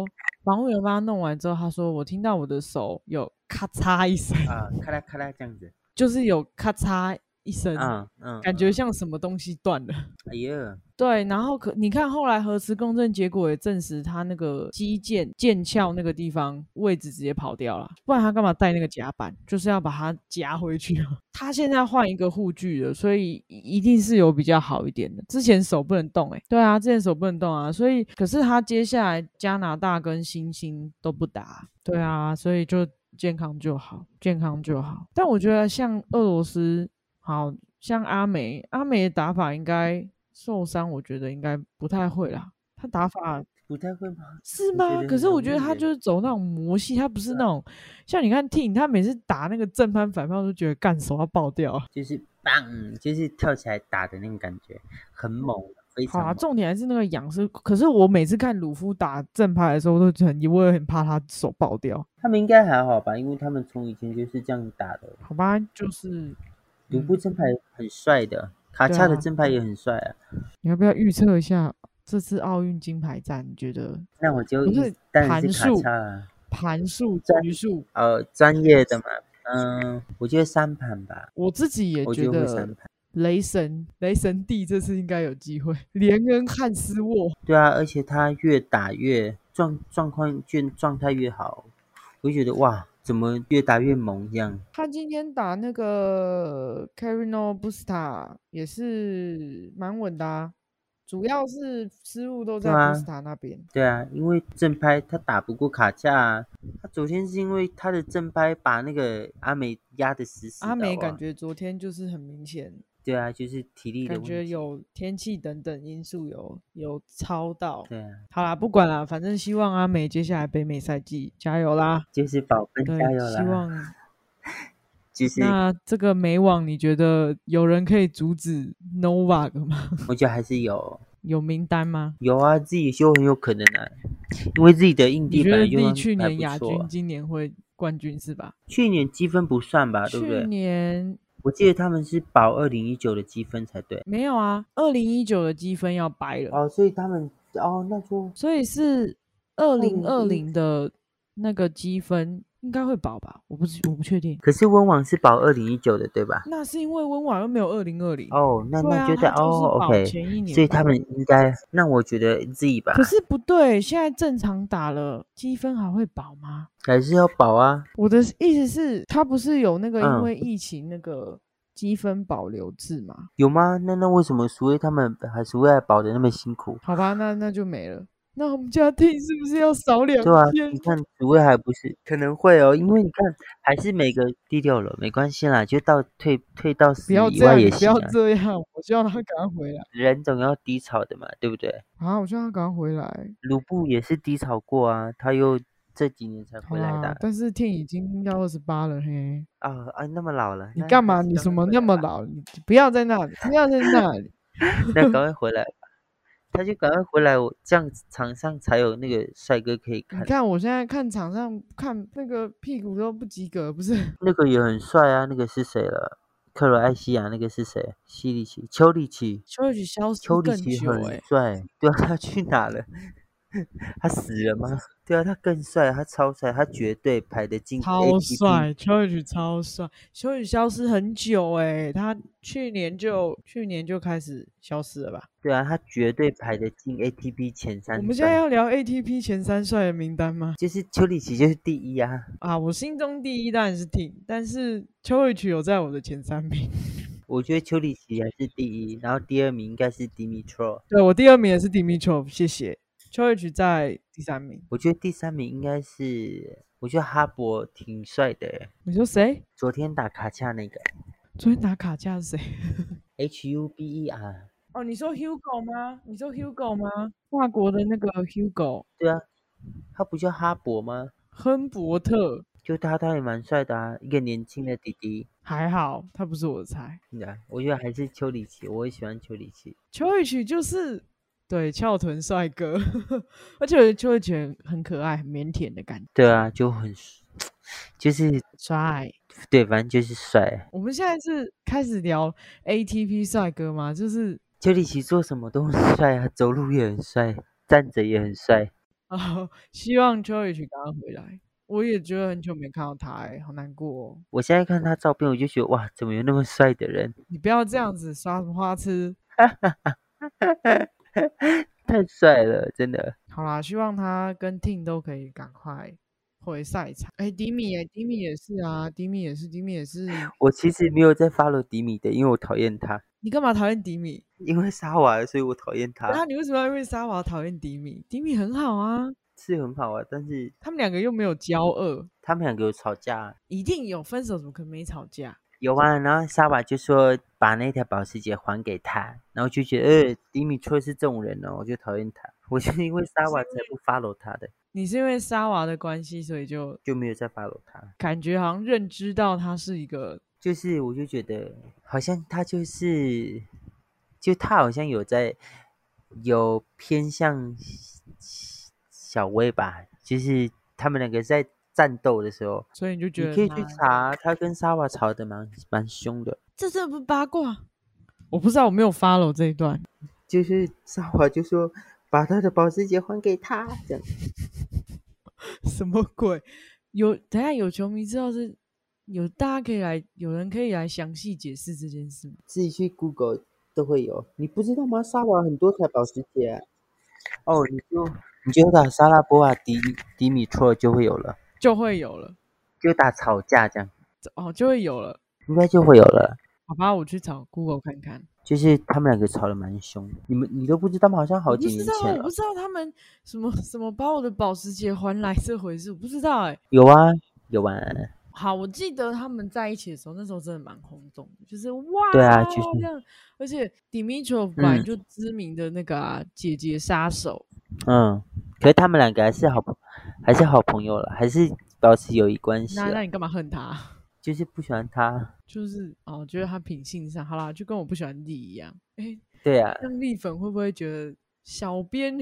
[SPEAKER 1] 防务员帮他弄完之后，他说我听到我的手有咔嚓一声，
[SPEAKER 2] 啊，咔啦咔啦这样子，
[SPEAKER 1] 就是有咔嚓一声，
[SPEAKER 2] 嗯嗯，
[SPEAKER 1] 感觉像什么东西断了。
[SPEAKER 2] 哎呀，
[SPEAKER 1] 对，然后可你看后来核磁共振结果也证实他那个肌腱腱鞘那个地方位置直接跑掉了，不然他干嘛带那个夹板？就是要把它夹回去啊。他现在换一个护具了，所以一一定是有比较好一点的。之前手不能动、欸，对啊，之前手不能动啊，所以可是他接下来加拿大跟新星都不打，对啊，所以就健康就好，健康就好。但我觉得像俄罗斯好像阿美，阿美的打法应该受伤，我觉得应该不太会啦。他打法
[SPEAKER 2] 不太会吗？
[SPEAKER 1] 是
[SPEAKER 2] 我觉
[SPEAKER 1] 吗？
[SPEAKER 2] 得
[SPEAKER 1] 可是
[SPEAKER 2] 很
[SPEAKER 1] 我觉得
[SPEAKER 2] 厉
[SPEAKER 1] 他
[SPEAKER 2] 害
[SPEAKER 1] 就是走那种魔系，他
[SPEAKER 2] 啊
[SPEAKER 1] 不是那种像你看 T，他每次打那个正拍反拍，我都觉得干手要爆掉啊。
[SPEAKER 2] 就是棒，就是跳起来打的那种感觉，很猛，非
[SPEAKER 1] 好
[SPEAKER 2] 常
[SPEAKER 1] 啊，
[SPEAKER 2] 猛。
[SPEAKER 1] 重点还是那个仰视。可是我每次看鲁夫打正拍的时候，我都很我也很怕他手爆掉。
[SPEAKER 2] 他们应该还好吧，因为他们从以前就是这样打的。
[SPEAKER 1] 好吧，就是
[SPEAKER 2] 吕布
[SPEAKER 1] 嗯
[SPEAKER 2] 正牌很帅的，卡
[SPEAKER 1] 对
[SPEAKER 2] 恰的
[SPEAKER 1] 啊
[SPEAKER 2] 正牌也很帅啊。
[SPEAKER 1] 你要不要预测一下这次奥运金牌战？你觉得
[SPEAKER 2] 那我就
[SPEAKER 1] 不
[SPEAKER 2] 一
[SPEAKER 1] 是
[SPEAKER 2] 当然
[SPEAKER 1] 盘
[SPEAKER 2] 是卡
[SPEAKER 1] 数
[SPEAKER 2] 恰啊，
[SPEAKER 1] 盘数、
[SPEAKER 2] 战
[SPEAKER 1] 局数？
[SPEAKER 2] 呃，专业的嘛，嗯，我觉得三盘吧，
[SPEAKER 1] 我自己也
[SPEAKER 2] 我
[SPEAKER 1] 觉
[SPEAKER 2] 觉得会三
[SPEAKER 1] 得
[SPEAKER 2] 盘。
[SPEAKER 1] 雷神雷神帝这次应该有机会。连恩汉斯沃
[SPEAKER 2] 对啊，而且他越打越状状况越状态越好，我就觉得哇，怎么越打越猛这样？
[SPEAKER 1] 他今天打那个 Carino Busta 也是蛮稳的、啊，主要是失误都在
[SPEAKER 2] 对啊
[SPEAKER 1] Busta 那边。
[SPEAKER 2] 对啊，因为正拍他打不过卡恰、啊，他昨天是因为他的正拍把那个阿美压得死死的。
[SPEAKER 1] 阿美啊感
[SPEAKER 2] 哇
[SPEAKER 1] 觉昨天就是很明显，
[SPEAKER 2] 对啊，就是体力的
[SPEAKER 1] 感
[SPEAKER 2] 问
[SPEAKER 1] 觉
[SPEAKER 2] 题。
[SPEAKER 1] 有天气等等因素有有超到。
[SPEAKER 2] 对啊，
[SPEAKER 1] 好啦，不管啦，反正希望阿美接下来北美赛季加油啦！
[SPEAKER 2] 就是宝贝
[SPEAKER 1] 对
[SPEAKER 2] 加油，
[SPEAKER 1] 希
[SPEAKER 2] 啦！
[SPEAKER 1] 望
[SPEAKER 2] 就是
[SPEAKER 1] 那这个美网，你觉得有人可以阻止 Novak 吗？
[SPEAKER 2] 我觉得还是有
[SPEAKER 1] 有名单吗？
[SPEAKER 2] 有啊，自己就很有可能啊，因为自己的硬
[SPEAKER 1] 你
[SPEAKER 2] 地
[SPEAKER 1] 觉
[SPEAKER 2] 本
[SPEAKER 1] 得
[SPEAKER 2] 来
[SPEAKER 1] 自
[SPEAKER 2] 就
[SPEAKER 1] 己
[SPEAKER 2] 还
[SPEAKER 1] 去年
[SPEAKER 2] 不
[SPEAKER 1] 亚
[SPEAKER 2] 错
[SPEAKER 1] 军，
[SPEAKER 2] 啊，
[SPEAKER 1] 今年会冠军是吧？
[SPEAKER 2] 去年积分不算吧，啊对不
[SPEAKER 1] 去
[SPEAKER 2] 对？
[SPEAKER 1] 年
[SPEAKER 2] 我记得他们是保二零一九的积分才对。
[SPEAKER 1] 没有啊，二零一九的积分要掰了，
[SPEAKER 2] 哦，所以他们哦，那就
[SPEAKER 1] 所以是二零二零
[SPEAKER 2] 2020
[SPEAKER 1] 的那个积分应该会保吧？我不知我不确定，
[SPEAKER 2] 可是温网是保二零一九的对吧？
[SPEAKER 1] 那是因为温网又没有二零二零，
[SPEAKER 2] 哦，那
[SPEAKER 1] 对
[SPEAKER 2] 那
[SPEAKER 1] 啊，
[SPEAKER 2] 就在、
[SPEAKER 1] 他就是
[SPEAKER 2] 哦
[SPEAKER 1] 保
[SPEAKER 2] ，OK，
[SPEAKER 1] 前一年，
[SPEAKER 2] 所以他们应该，那我觉得 Z 吧，
[SPEAKER 1] 可是不对，现在正常打了，积分还会保吗？
[SPEAKER 2] 还是要保啊。
[SPEAKER 1] 我的意思是，他不是有那个因
[SPEAKER 2] 嗯
[SPEAKER 1] 为疫情那个积分保留制吗？
[SPEAKER 2] 有吗？那那为什么苏威他们还是为爱保的那么辛苦？
[SPEAKER 1] 好吧，那那就没了。那我们家庭是不是要少两
[SPEAKER 2] 对啊，
[SPEAKER 1] 天
[SPEAKER 2] 你？看苏威还不是可能会哦，因为你看还是每个低调了，没关系啦，就到退退到
[SPEAKER 1] 不
[SPEAKER 2] 十
[SPEAKER 1] 要
[SPEAKER 2] 以
[SPEAKER 1] 这
[SPEAKER 2] 外
[SPEAKER 1] 样，
[SPEAKER 2] 也
[SPEAKER 1] 不
[SPEAKER 2] 行
[SPEAKER 1] 要
[SPEAKER 2] 啊。
[SPEAKER 1] 这样！我希望他赶快回来
[SPEAKER 2] 人总要低潮的嘛，对不对？
[SPEAKER 1] 啊！我希望他赶快回来。
[SPEAKER 2] 卢布也是低潮过啊，他又这几年才
[SPEAKER 1] 好
[SPEAKER 2] 回来的
[SPEAKER 1] 啦
[SPEAKER 2] 啊，
[SPEAKER 1] 但是天已经要二十八了嘿，
[SPEAKER 2] 啊啊，那么老了，
[SPEAKER 1] 你
[SPEAKER 2] 那
[SPEAKER 1] 干
[SPEAKER 2] 还
[SPEAKER 1] 嘛？
[SPEAKER 2] 是
[SPEAKER 1] 你
[SPEAKER 2] 赶
[SPEAKER 1] 什
[SPEAKER 2] 快
[SPEAKER 1] 么
[SPEAKER 2] 回
[SPEAKER 1] 那
[SPEAKER 2] 来
[SPEAKER 1] 么
[SPEAKER 2] 吧？
[SPEAKER 1] 老？你不要在那里，不要在那 里。
[SPEAKER 2] 那赶快回来吧，他就赶快回来，我这样子场上才有那个帅哥可以
[SPEAKER 1] 你
[SPEAKER 2] 看，
[SPEAKER 1] 看我现在看场上看那个屁股都不及格，不是？
[SPEAKER 2] 那个也很帅啊，那个是谁了？克罗埃西亚那个是谁？西里奇、丘里奇，
[SPEAKER 1] 丘里奇消失
[SPEAKER 2] 丘里
[SPEAKER 1] 更
[SPEAKER 2] 奇
[SPEAKER 1] 久哎、
[SPEAKER 2] 很帅，对啊，他去哪了？他死了吗？对啊，他更帅，他超帅，他绝对排得进 ATP
[SPEAKER 1] 超帅，丘里奇超帅，丘里奇消失很久哎、他去年就去年就开始消失了吧？
[SPEAKER 2] 对啊，他绝对排得进 ATP 前三。
[SPEAKER 1] 我们现在要聊 ATP 前三帅的名单吗？
[SPEAKER 2] 就是丘里奇就是第一啊，
[SPEAKER 1] 啊，我心中第一当然是 Ting，但是丘里奇有在我的前三名，
[SPEAKER 2] 我觉得丘里奇还是第一，然后第二名应该是 Dimitrov，
[SPEAKER 1] 对我第二名也是 Dimitrov，谢谢。丘里奇在第三名，
[SPEAKER 2] 我觉得第三名应该是，我觉得哈勃挺帅的耶，
[SPEAKER 1] 你说谁？
[SPEAKER 2] 昨天打卡恰那个
[SPEAKER 1] 昨天打卡架是谁？
[SPEAKER 2] H U B E R，
[SPEAKER 1] 哦，你说 Hugo 吗？你说 Hugo 吗？法国的那个 Hugo
[SPEAKER 2] 对啊，他不叫哈勃吗？
[SPEAKER 1] 亨伯特
[SPEAKER 2] 就他，他也蛮帅的啊，一个年轻的弟弟。
[SPEAKER 1] 还好，他不是我的菜。
[SPEAKER 2] 对啊，我觉得还是丘里奇，我也喜欢丘里奇。
[SPEAKER 1] 丘里奇就是对翘臀帅哥， 而且丘里奇很很可爱、很腼腆的感觉，
[SPEAKER 2] 对啊，就很，就是
[SPEAKER 1] 帅。
[SPEAKER 2] 对，反正就是帅。
[SPEAKER 1] 我们现在是开始聊 ATP 帅哥吗？就是
[SPEAKER 2] 丘里奇做什么都很帅啊，走路也很帅，站着也很帅。
[SPEAKER 1] 啊、希望丘里奇赶快回来。我也觉得很久没看到他、欸，好难过、哦。
[SPEAKER 2] 我现在看他照片，我就觉得哇，怎么有那么帅的人？
[SPEAKER 1] 你不要这样子耍什么花痴。
[SPEAKER 2] 太帅了，真的。
[SPEAKER 1] 好啦，希望他跟 Ting 都可以赶快回赛场。哎、迪米哎、迪米也是啊，迪米也是，迪米也是。
[SPEAKER 2] 我其实没有在 follow 迪米的，因为我讨厌他，
[SPEAKER 1] 你干嘛讨厌迪米？
[SPEAKER 2] 因为沙瓦，所以我讨厌
[SPEAKER 1] 那
[SPEAKER 2] 他。
[SPEAKER 1] 你为什么要因为沙瓦讨厌迪米？迪米很好啊，
[SPEAKER 2] 是很好啊，但是
[SPEAKER 1] 他们两个又没有交恶，
[SPEAKER 2] 他们两个有吵架，啊
[SPEAKER 1] 一定有分手，怎么可能没吵架？
[SPEAKER 2] 有啊。然后沙瓦就说把那条保时捷还给他，然后就觉得呃，
[SPEAKER 1] 嗯
[SPEAKER 2] 迪米确是这种人哦，我就讨厌他。我就 因为沙瓦才不 follow 他的，
[SPEAKER 1] 你是因为沙瓦的关系，所以就
[SPEAKER 2] 就没有再 follow 他。
[SPEAKER 1] 感觉好像认知到他是一个
[SPEAKER 2] 就是我就觉得好像他就是，就他好像有在有偏向小小薇吧，就是他们两个在战斗的时候，
[SPEAKER 1] 所以你就
[SPEAKER 2] 你
[SPEAKER 1] 觉得
[SPEAKER 2] 可以去
[SPEAKER 1] 他
[SPEAKER 2] 查，他跟沙瓦吵得蛮蛮凶的，
[SPEAKER 1] 这这不是八卦？我不知道，我没有 follow 这一段。
[SPEAKER 2] 就是沙瓦就说把他的保时捷还给他，这样
[SPEAKER 1] 什么鬼？有等一下有球迷知道是有，大家可以来，有人可以来详细解释这件事吗？
[SPEAKER 2] 自己去 Google 都会有，你不知道吗？沙瓦很多台保时捷啊、哦，你就你就打沙拉波瓦迪迪米托尔就会有了，
[SPEAKER 1] 就会有了，
[SPEAKER 2] 就打吵架这样。
[SPEAKER 1] 这哦，就会有了。
[SPEAKER 2] 应该就会有了。
[SPEAKER 1] 好吧，我去找 Google 看看。
[SPEAKER 2] 就是他们两个吵得蛮凶的，你们你都不知道吗？好像好
[SPEAKER 1] 我不
[SPEAKER 2] 几
[SPEAKER 1] 知
[SPEAKER 2] 年
[SPEAKER 1] 道，
[SPEAKER 2] 前
[SPEAKER 1] 我不
[SPEAKER 2] 了。
[SPEAKER 1] 知道他们什么什么把我的保时捷还来这回事，我不知道哎、
[SPEAKER 2] 有啊，有啊，
[SPEAKER 1] 好，我记得他们在一起的时候，那时候真的蛮轰动的，就是哇，哦
[SPEAKER 2] 对啊就是
[SPEAKER 1] 这样。而且 Dimitrov 本来
[SPEAKER 2] 嗯
[SPEAKER 1] 就知名的那个、啊姐姐杀手，
[SPEAKER 2] 嗯，可是他们两个还是好，还是好朋友了，还是保持友谊关系
[SPEAKER 1] 那
[SPEAKER 2] 了
[SPEAKER 1] 那。你干嘛恨他？
[SPEAKER 2] 就是不喜欢他，
[SPEAKER 1] 就是哦，觉得他品性上好啦，就跟我不喜欢丽一样。哎、
[SPEAKER 2] 对啊，
[SPEAKER 1] 那丽粉会不会觉得小编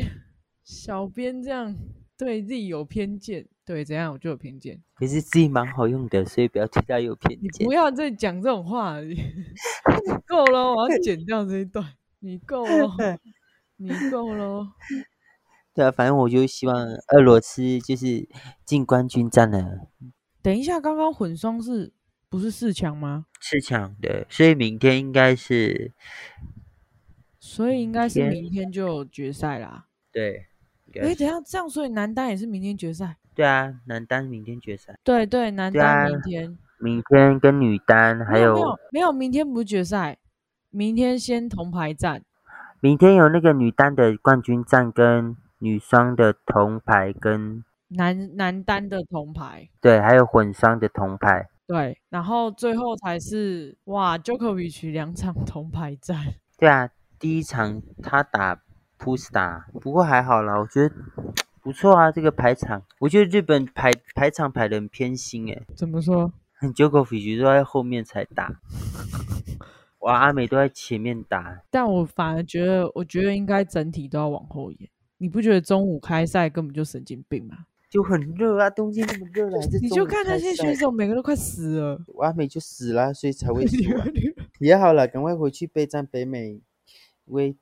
[SPEAKER 1] 小编这样对丽有偏见？对，怎样我就有偏见。
[SPEAKER 2] 可是自己蛮好用的，所以不要对他有偏
[SPEAKER 1] 你
[SPEAKER 2] 见
[SPEAKER 1] 不。要再讲这种话了，你 你够了，我要剪掉这一段。你够 了，你够了。
[SPEAKER 2] 对啊，反正我就希望俄罗斯就是进冠军战了，
[SPEAKER 1] 等一下，刚刚混双是不是四强吗？
[SPEAKER 2] 是强的，所以明天应该是
[SPEAKER 1] 所以应该是
[SPEAKER 2] 天
[SPEAKER 1] 明天就有决赛啦。
[SPEAKER 2] 对，应
[SPEAKER 1] 哎、
[SPEAKER 2] 该是
[SPEAKER 1] 等一下这样，所以男单也是明天决赛。
[SPEAKER 2] 对啊，男单明天决赛，
[SPEAKER 1] 对对，男
[SPEAKER 2] 对
[SPEAKER 1] 单
[SPEAKER 2] 啊
[SPEAKER 1] 明天。
[SPEAKER 2] 明天跟女单还
[SPEAKER 1] 没有没
[SPEAKER 2] 有
[SPEAKER 1] 有没有，明天不是决赛，明天先铜牌战。
[SPEAKER 2] 明天有那个女单的冠军战跟女双的铜牌跟
[SPEAKER 1] 男男单的铜牌，
[SPEAKER 2] 对，还有混双的铜牌。
[SPEAKER 1] 对，然后最后才是哇，Djokovic 两场铜牌战，
[SPEAKER 2] 对啊，第一场他打 p u s t a 不过还好啦，我觉得不错啊，这个排场，我觉得日本排排场排的很偏心诶、
[SPEAKER 1] 怎么说？
[SPEAKER 2] 很 j o k o v i c 都在后面才 打，哇，阿美都在前面打，
[SPEAKER 1] 但我反而觉得，我觉得应该整体都要往后延。你不觉得中午开赛根本就神经病吗？
[SPEAKER 2] 就很热啊，冬天这么热了，还是
[SPEAKER 1] 你
[SPEAKER 2] 中
[SPEAKER 1] 就
[SPEAKER 2] 午
[SPEAKER 1] 看那
[SPEAKER 2] 开
[SPEAKER 1] 些
[SPEAKER 2] 赛
[SPEAKER 1] 选手，每个都快死了。
[SPEAKER 2] 我阿美就死了，所以才会
[SPEAKER 1] 你
[SPEAKER 2] 输、啊。也好了，赶快回去备战北美，为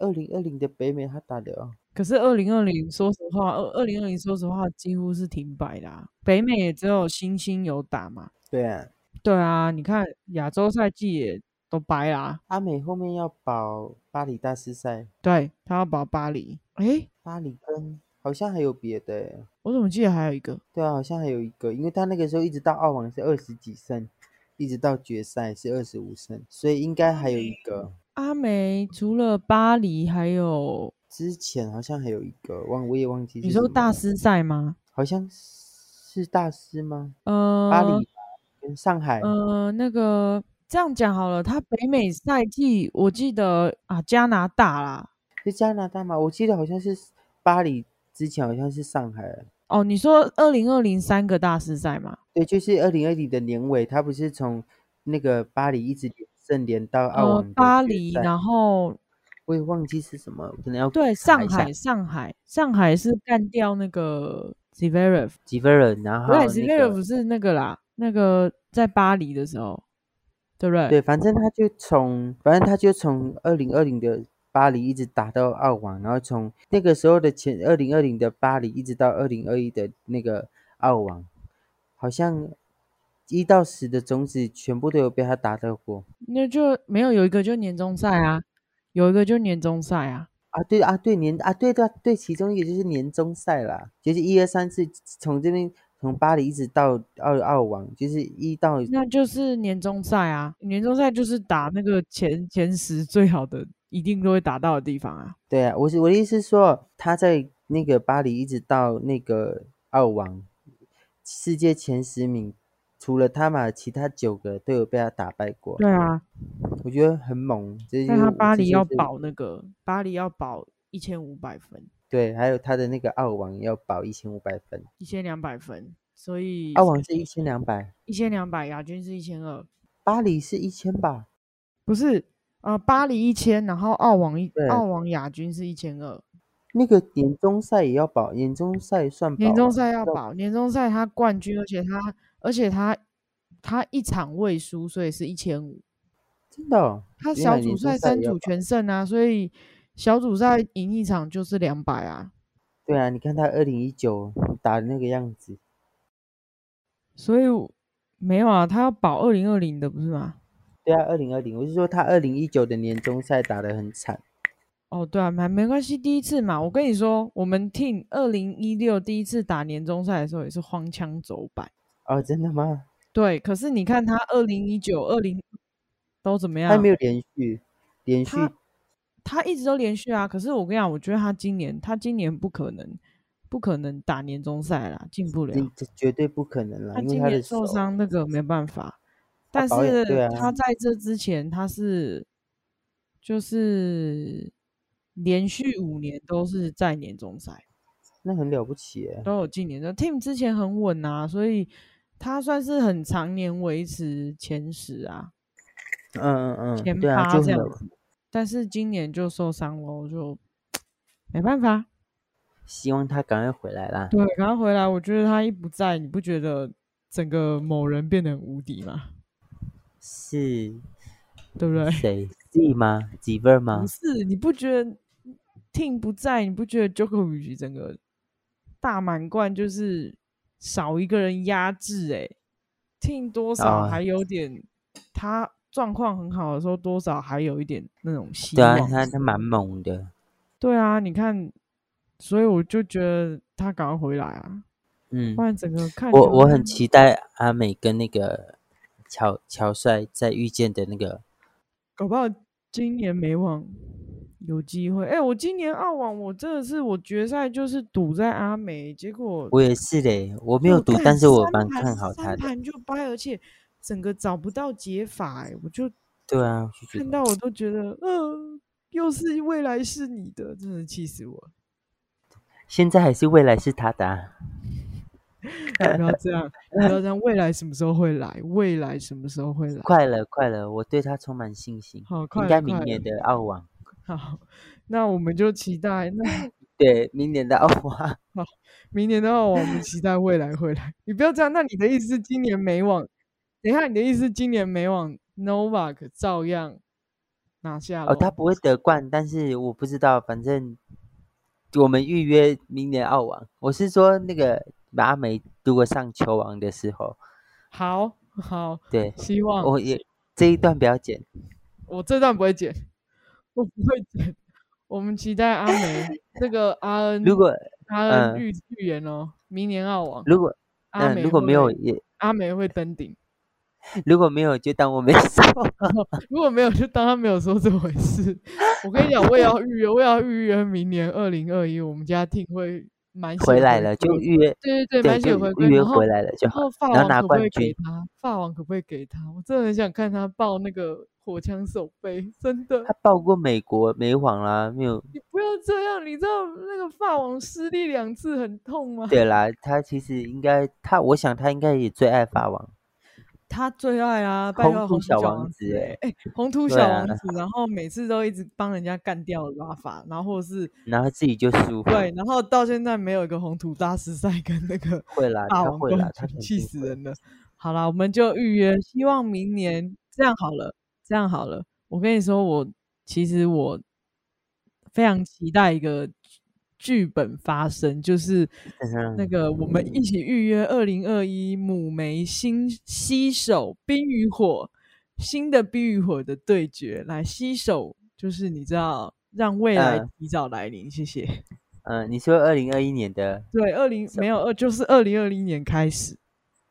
[SPEAKER 2] 二零二零的哦北美他打了。
[SPEAKER 1] 可是二零二零，说实话，二二零二零，说实话，几乎是停摆啦、北美也只有星星有打嘛。
[SPEAKER 2] 对啊，
[SPEAKER 1] 对啊，你看亚洲赛季也都掰啦、
[SPEAKER 2] 阿美后面要保巴黎大师赛，
[SPEAKER 1] 对他要保巴黎。诶，
[SPEAKER 2] 巴黎跟好像还有别的欸、
[SPEAKER 1] 我怎么记得还有一个？
[SPEAKER 2] 对啊，好像还有一个，因为他那个时候一直到澳网是二十几胜，一直到决赛是二十五胜，所以应该还有一个。
[SPEAKER 1] 阿梅除了巴黎，还有
[SPEAKER 2] 之前好像还有一个，忘我也忘记是
[SPEAKER 1] 你
[SPEAKER 2] 什
[SPEAKER 1] 说
[SPEAKER 2] 么
[SPEAKER 1] 大
[SPEAKER 2] 了，
[SPEAKER 1] 师赛吗？
[SPEAKER 2] 好像是大师吗？
[SPEAKER 1] 呃，
[SPEAKER 2] 巴黎吧跟上海，
[SPEAKER 1] 呃，那个这样讲好了，他北美赛季我记得啊，加拿大啦。
[SPEAKER 2] 是加拿大吗？我记得好像是巴黎，之前好像是上海。
[SPEAKER 1] 哦，你说二零二零三个大师赛吗？
[SPEAKER 2] 对，就是二零二零的年尾，他不是从那个巴黎一直连胜连到澳
[SPEAKER 1] 呃
[SPEAKER 2] 网、，
[SPEAKER 1] 巴黎，然后
[SPEAKER 2] 我也忘记是什么，可能要
[SPEAKER 1] 对
[SPEAKER 2] 查
[SPEAKER 1] 上
[SPEAKER 2] 一下
[SPEAKER 1] 海，上海，上海是干掉那个 Zverev，
[SPEAKER 2] 几个人，然后
[SPEAKER 1] 对
[SPEAKER 2] 啊那个
[SPEAKER 1] ，Zverev 是那个啦，那个在巴黎的时候，对不对？
[SPEAKER 2] 对，反正他就从，反正他就从二零二零的巴黎一直打到澳网，然后从那个时候的前二零二零的巴黎一直到二零二一的那个澳网，好像一到十的种子全部都有被他打到过
[SPEAKER 1] 那就没有有一个就年终赛啊，有一个就年终赛啊。
[SPEAKER 2] 啊！对啊，对年啊，对对对，其中一个就是年终赛啦，就是一二三四，从这边从巴黎一直到澳澳网，就是一到
[SPEAKER 1] 那就是年终赛啊，年终赛就是打那个前前十最好的，一定都会打到的地方啊。
[SPEAKER 2] 对啊，我是我的意思是说，他在那个巴黎一直到那个澳网，世界前十名，除了他嘛，其他九个都有被他打败过。
[SPEAKER 1] 对啊，
[SPEAKER 2] 我觉得很猛。这就
[SPEAKER 1] 但
[SPEAKER 2] 是
[SPEAKER 1] 他
[SPEAKER 2] 我
[SPEAKER 1] 巴
[SPEAKER 2] 这
[SPEAKER 1] 黎
[SPEAKER 2] 就
[SPEAKER 1] 要
[SPEAKER 2] 是
[SPEAKER 1] 保那个，巴黎要保一千五百分，
[SPEAKER 2] 对，还有他的那个澳网要保一千五百分，
[SPEAKER 1] 一千两百分，所以
[SPEAKER 2] 澳网是一千两百，
[SPEAKER 1] 一千两百，亚军是一千二，
[SPEAKER 2] 巴黎是一千吧？
[SPEAKER 1] 不是呃巴黎一千，然后澳网一
[SPEAKER 2] 对
[SPEAKER 1] 澳网亚军是一千二，
[SPEAKER 2] 那个年终赛也要保，年终赛算保
[SPEAKER 1] 年终
[SPEAKER 2] 吗
[SPEAKER 1] 赛要保，年终赛他冠军，而且他而且他他一场未输，所以是一千五。
[SPEAKER 2] 真的哦、
[SPEAKER 1] 他
[SPEAKER 2] 原
[SPEAKER 1] 小
[SPEAKER 2] 来
[SPEAKER 1] 组
[SPEAKER 2] 年终
[SPEAKER 1] 赛
[SPEAKER 2] 赛
[SPEAKER 1] 三
[SPEAKER 2] 也要
[SPEAKER 1] 组全胜啊，所以小组赛赢一场就是两百啊，
[SPEAKER 2] 对啊，你看他二零一九打的那个样子，
[SPEAKER 1] 所以我没有啊，他要保二零二零的不是吗？
[SPEAKER 2] 对啊，二零二零，我是说他二零一九的年终赛打得很惨。
[SPEAKER 1] 哦，对啊，没没关系，第一次嘛，我跟你说，我们 team 二零一六第一次打年终赛的时候也是荒腔走板，
[SPEAKER 2] 哦，真的吗？
[SPEAKER 1] 对，可是你看他二零一九、二零都怎么
[SPEAKER 2] 他
[SPEAKER 1] 样？
[SPEAKER 2] 没有连续，连续
[SPEAKER 1] 啊他他一直都连续啊，可是我跟你讲，我觉得他今年他今年不可能不可能打年终赛啦，进不了。
[SPEAKER 2] 这这绝对不可能啦，
[SPEAKER 1] 他
[SPEAKER 2] 因为
[SPEAKER 1] 今
[SPEAKER 2] 他
[SPEAKER 1] 年
[SPEAKER 2] 的
[SPEAKER 1] 受
[SPEAKER 2] 手
[SPEAKER 1] 伤那个没办法，
[SPEAKER 2] 他
[SPEAKER 1] 但
[SPEAKER 2] 保养
[SPEAKER 1] 是
[SPEAKER 2] 对
[SPEAKER 1] 他
[SPEAKER 2] 啊
[SPEAKER 1] 在这之前他是就是连续五年都是在年终赛
[SPEAKER 2] 那很了不起耶。
[SPEAKER 1] 都有进年终。Team 之前很稳啊，所以他算是很常年维持前十啊，
[SPEAKER 2] 嗯嗯
[SPEAKER 1] 前
[SPEAKER 2] 嗯，对啊，
[SPEAKER 1] 八
[SPEAKER 2] 就
[SPEAKER 1] 这样
[SPEAKER 2] 很了
[SPEAKER 1] 子。但是今年就受伤喽，就没办法。
[SPEAKER 2] 希望他赶快回来啦。
[SPEAKER 1] 对，然后回来，我觉得他一不在，你不觉得整个某人变得很无敌吗？
[SPEAKER 2] 是
[SPEAKER 1] 对不对？
[SPEAKER 2] 谁？Z 吗？几位吗
[SPEAKER 1] 不？是，你不觉得 Team 不在，你不觉得 Djokovic 整个大满贯就是少一个人压制、欸？哎，Team 多少
[SPEAKER 2] 啊
[SPEAKER 1] 还有点，他状况很好的时候，多少还有一点那种希
[SPEAKER 2] 对啊，
[SPEAKER 1] 望。
[SPEAKER 2] 他他蛮猛的。
[SPEAKER 1] 对啊，你看，所以我就觉得他赶快回来啊，
[SPEAKER 2] 嗯
[SPEAKER 1] 不，然整个看
[SPEAKER 2] 我
[SPEAKER 1] 球
[SPEAKER 2] 我
[SPEAKER 1] 赛
[SPEAKER 2] 很期待阿美跟那个乔乔帅在遇见的那个。
[SPEAKER 1] 搞不好今年没网有机会。哎、我今年澳网，我真的是我决赛就是赌在阿美，结果
[SPEAKER 2] 我也是嘞，我没有
[SPEAKER 1] 就
[SPEAKER 2] 赌，
[SPEAKER 1] 干
[SPEAKER 2] 但是我
[SPEAKER 1] 三
[SPEAKER 2] 蛮
[SPEAKER 1] 盘
[SPEAKER 2] 看好他
[SPEAKER 1] 三
[SPEAKER 2] 的。
[SPEAKER 1] 盘就掰，而且整个找不到解法、欸，我就
[SPEAKER 2] 对啊，我就觉得
[SPEAKER 1] 看到我都觉得，嗯、又是未来是你的，真的气死我 了！
[SPEAKER 2] 现在还是未来是他的、啊。
[SPEAKER 1] 不要这样，不要这样，未来什么时候会来？未来什么时候会来？
[SPEAKER 2] 快了，快了，我对他充满信心。
[SPEAKER 1] 好，快了
[SPEAKER 2] 应该
[SPEAKER 1] 快
[SPEAKER 2] 明年
[SPEAKER 1] 了
[SPEAKER 2] 的澳网。
[SPEAKER 1] 好，那我们就期待。那
[SPEAKER 2] 对，明年的奥华，
[SPEAKER 1] 明年的话，我们期待未来会来。你不要这样，那你的意思是今年美网？等一下，你的意思是今年美网 Novak 照样拿下
[SPEAKER 2] 哦，他
[SPEAKER 1] 咯
[SPEAKER 2] 不会得冠，但是我不知道，反正我们预约明年澳网。我是说那个马美如果上球王的时候，
[SPEAKER 1] 好好，
[SPEAKER 2] 对
[SPEAKER 1] 希望
[SPEAKER 2] 我也这一段不要剪，
[SPEAKER 1] 我这段不会剪，我不会剪。我们期待阿梅那个阿恩，
[SPEAKER 2] 如果
[SPEAKER 1] 阿恩
[SPEAKER 2] 嗯
[SPEAKER 1] 预预言哦，明年澳网
[SPEAKER 2] 如果
[SPEAKER 1] 阿梅
[SPEAKER 2] 嗯如果
[SPEAKER 1] 会
[SPEAKER 2] 没有
[SPEAKER 1] 会
[SPEAKER 2] 也
[SPEAKER 1] 阿梅会登顶，
[SPEAKER 2] 如果没有就当我
[SPEAKER 1] 哦
[SPEAKER 2] 没说，
[SPEAKER 1] 如果没有就当他没有说这回事。我跟你讲，我也要预约，我也要预约明年二零二一，我们家庭会满血
[SPEAKER 2] 回来
[SPEAKER 1] 归
[SPEAKER 2] 了
[SPEAKER 1] 归
[SPEAKER 2] 就预约，
[SPEAKER 1] 对对对，
[SPEAKER 2] 对
[SPEAKER 1] 满血
[SPEAKER 2] 就
[SPEAKER 1] 回
[SPEAKER 2] 预
[SPEAKER 1] 归，哦
[SPEAKER 2] 约
[SPEAKER 1] 然后
[SPEAKER 2] 回来了就
[SPEAKER 1] 然
[SPEAKER 2] 好
[SPEAKER 1] 后。法
[SPEAKER 2] 然后
[SPEAKER 1] 网可
[SPEAKER 2] 拿
[SPEAKER 1] 不可
[SPEAKER 2] 冠
[SPEAKER 1] 以给
[SPEAKER 2] 军，
[SPEAKER 1] 他？法网可不可以给他？我真的很想看他抱那个火枪手背，真的。
[SPEAKER 2] 他报过美国美网啦，没有
[SPEAKER 1] 你不要这样，你知道那个法网失利两次很痛吗？
[SPEAKER 2] 对啦，他其实应该他，我想他应该也最爱法网，
[SPEAKER 1] 他最爱啊，拜
[SPEAKER 2] 红
[SPEAKER 1] 托
[SPEAKER 2] 兔
[SPEAKER 1] 红
[SPEAKER 2] 小
[SPEAKER 1] 王
[SPEAKER 2] 王子
[SPEAKER 1] 子
[SPEAKER 2] 欸
[SPEAKER 1] 哎、欸红兔
[SPEAKER 2] 对
[SPEAKER 1] 小
[SPEAKER 2] 啊
[SPEAKER 1] 王子，然后每次都一直帮人家干掉拉法，然后或是
[SPEAKER 2] 然后自己就输。
[SPEAKER 1] 对，然后到现在没有一个红土大师赛跟那个
[SPEAKER 2] 会啦，
[SPEAKER 1] 霸
[SPEAKER 2] 啊他
[SPEAKER 1] 王
[SPEAKER 2] 会
[SPEAKER 1] 冠
[SPEAKER 2] 啦，他
[SPEAKER 1] 军
[SPEAKER 2] 肯
[SPEAKER 1] 气
[SPEAKER 2] 定
[SPEAKER 1] 死
[SPEAKER 2] 会。
[SPEAKER 1] 人了。好啦，我们就预约，希望明年这样好了，这样好了。我跟你说，我其实我非常期待一个剧本发生，就是那
[SPEAKER 2] 嗯，
[SPEAKER 1] 个我们一起预约二零二一母梅新携手冰与火新的冰与火的对决来携手，就是你知道让未来
[SPEAKER 2] 嗯
[SPEAKER 1] 提早来临，谢 谢。
[SPEAKER 2] 呃，你说二零二一年的
[SPEAKER 1] 对，二零没有二，就是二零二零年开始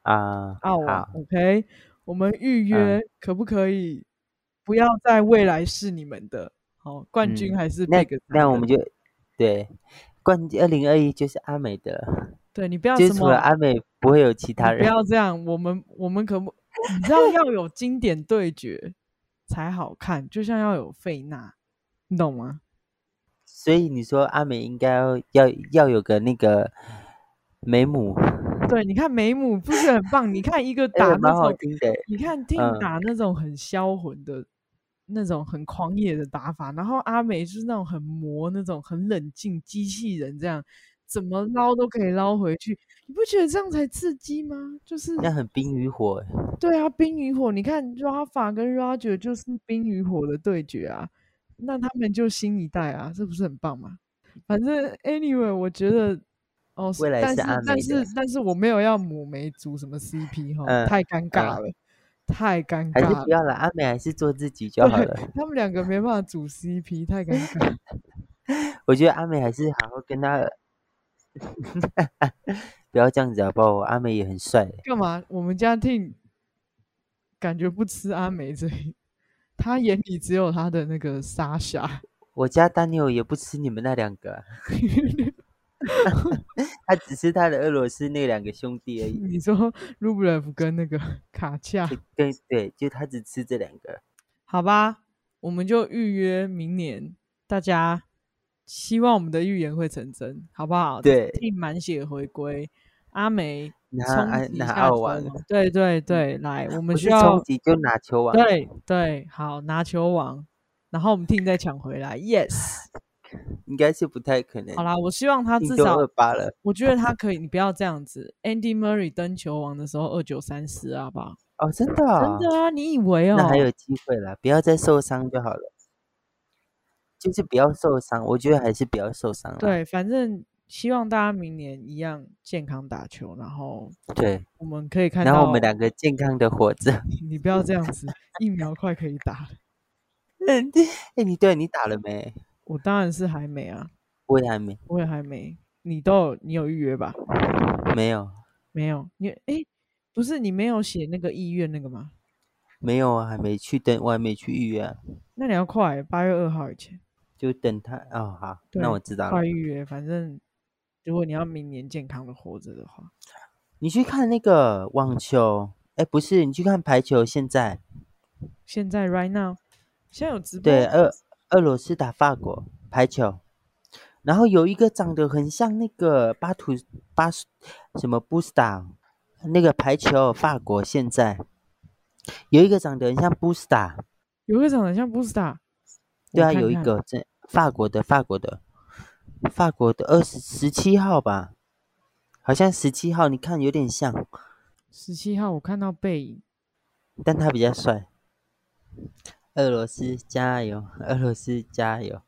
[SPEAKER 2] 啊，
[SPEAKER 1] 啊，我
[SPEAKER 2] 好，
[SPEAKER 1] OK，我们预
[SPEAKER 2] 嗯
[SPEAKER 1] 约可不可以？不要在未来是你们的，好，冠军
[SPEAKER 2] 嗯
[SPEAKER 1] 还是
[SPEAKER 2] 那
[SPEAKER 1] Big
[SPEAKER 2] 那
[SPEAKER 1] 三
[SPEAKER 2] 我
[SPEAKER 1] 的
[SPEAKER 2] 们就对冠二零二一就是阿美的，
[SPEAKER 1] 对你不要
[SPEAKER 2] 就
[SPEAKER 1] 什
[SPEAKER 2] 是除了
[SPEAKER 1] 么，
[SPEAKER 2] 阿美不会有其
[SPEAKER 1] 你
[SPEAKER 2] 他
[SPEAKER 1] 不
[SPEAKER 2] 人。
[SPEAKER 1] 要这样，我们我们可不，你知道要有经典对决才好看，就像要有费纳，你懂吗？
[SPEAKER 2] 所以你说阿美应该要要要有个那个美母，
[SPEAKER 1] 对，你看梅姆不是很棒，你看一个
[SPEAKER 2] 哎
[SPEAKER 1] 打那
[SPEAKER 2] 蛮好
[SPEAKER 1] 种，
[SPEAKER 2] 听的。
[SPEAKER 1] 你看 t
[SPEAKER 2] 嗯
[SPEAKER 1] 打那种很销魂的、那种很狂野的打法，然后阿美就是那种很磨、那种很冷静、机器人这样，怎么捞都可以捞回去。你不觉得这样才刺激吗？就是
[SPEAKER 2] 那很冰与火，
[SPEAKER 1] 对啊，冰与火，你看 Rafa 跟 Roger 就是冰与火的对决啊，那他们就新一代啊，这不是很棒吗？反正 anyway，我觉得哦，
[SPEAKER 2] 未来
[SPEAKER 1] 但
[SPEAKER 2] 是
[SPEAKER 1] 是
[SPEAKER 2] 阿
[SPEAKER 1] 但
[SPEAKER 2] 美的
[SPEAKER 1] 是但是我没有要母梅组什么 CP 哈、
[SPEAKER 2] 嗯
[SPEAKER 1] 太尴尬了，太尴
[SPEAKER 2] 还
[SPEAKER 1] 尬
[SPEAKER 2] 是
[SPEAKER 1] 了
[SPEAKER 2] 不。要了，阿美还是做自己就好
[SPEAKER 1] 对
[SPEAKER 2] 了。
[SPEAKER 1] 他们两个没办法组 CP，太尴尬了。
[SPEAKER 2] 我觉得阿美还是好好跟他， 不要这样子好不好？阿美也很帅。
[SPEAKER 1] 干嘛？我们家听感觉不吃阿梅这一，他眼里只有他的那个莎莎。
[SPEAKER 2] 我家丹尼尔也不吃你们那两个啊、 他只吃他的俄罗斯那两个兄弟而已。
[SPEAKER 1] 你说 Rublev 跟那个 卡恰，
[SPEAKER 2] 就跟对，就他只吃这两个。
[SPEAKER 1] 好吧，我们就预约明年，大家希望我们的预言会成真，好不好？
[SPEAKER 2] 对
[SPEAKER 1] 替满血回归，阿梅
[SPEAKER 2] 拿
[SPEAKER 1] 冲
[SPEAKER 2] 安
[SPEAKER 1] 击一
[SPEAKER 2] 拿
[SPEAKER 1] 下
[SPEAKER 2] 澳
[SPEAKER 1] 球
[SPEAKER 2] 网啊嗯
[SPEAKER 1] 王对对对，来，我们
[SPEAKER 2] 不
[SPEAKER 1] 需
[SPEAKER 2] 是
[SPEAKER 1] 要
[SPEAKER 2] 冲击就拿球王。
[SPEAKER 1] 对对，好拿球王，然后我们 team 再抢回来，yes。
[SPEAKER 2] 应该是不太可能。
[SPEAKER 1] 好啦，我希望他
[SPEAKER 2] 进
[SPEAKER 1] 至
[SPEAKER 2] 都
[SPEAKER 1] 少
[SPEAKER 2] 二八了。
[SPEAKER 1] 我觉得他可以，你不要这样子。Andy Murray 登球王的时候二九三四，啊好不好？
[SPEAKER 2] 哦，真的、哦，
[SPEAKER 1] 真的啊，你以为哦？
[SPEAKER 2] 那还有机会啦，不要再受伤就好了。就是不要受伤，我觉得还是不要受伤啦。
[SPEAKER 1] 对，反正希望大家明年一样健康打球，然后
[SPEAKER 2] 对，
[SPEAKER 1] 我们可以看到，
[SPEAKER 2] 然后我们两个健康的活着。
[SPEAKER 1] 你不要这样子，疫苗快可以打了。
[SPEAKER 2] 哎、你对你打了没？
[SPEAKER 1] 我当然是还没啊，
[SPEAKER 2] 我也还没，
[SPEAKER 1] 我也还没。你都有你有预约吧？
[SPEAKER 2] 没有，
[SPEAKER 1] 没有，你诶，不是你没有写那个意愿那个吗？
[SPEAKER 2] 没有啊，还没去等，我还没去预约、啊，
[SPEAKER 1] 那你要快，八月二号以前
[SPEAKER 2] 就等他哦。好，
[SPEAKER 1] 对
[SPEAKER 2] 那我知道了
[SPEAKER 1] 快。预约。反正如果你要明年健康的活着的话，
[SPEAKER 2] 你去看那个网球，哎，不是，你去看排球。现在
[SPEAKER 1] 现在 right now 现在有直播，
[SPEAKER 2] 对呃俄俄罗斯打法国排球，然后有一个长得很像那个巴图巴什么布斯塔，那个排球法国现在有一个长得很像布斯塔，
[SPEAKER 1] 有一个长得像 Boosta，
[SPEAKER 2] 对
[SPEAKER 1] 我
[SPEAKER 2] 啊，
[SPEAKER 1] 看
[SPEAKER 2] 有一
[SPEAKER 1] 看
[SPEAKER 2] 个在法国的法国的，法国的二十十七号吧，好像十七号，你看有点像，
[SPEAKER 1] 十七号我看到背影，
[SPEAKER 2] 但他比较帅。俄罗斯加油，俄罗斯加油！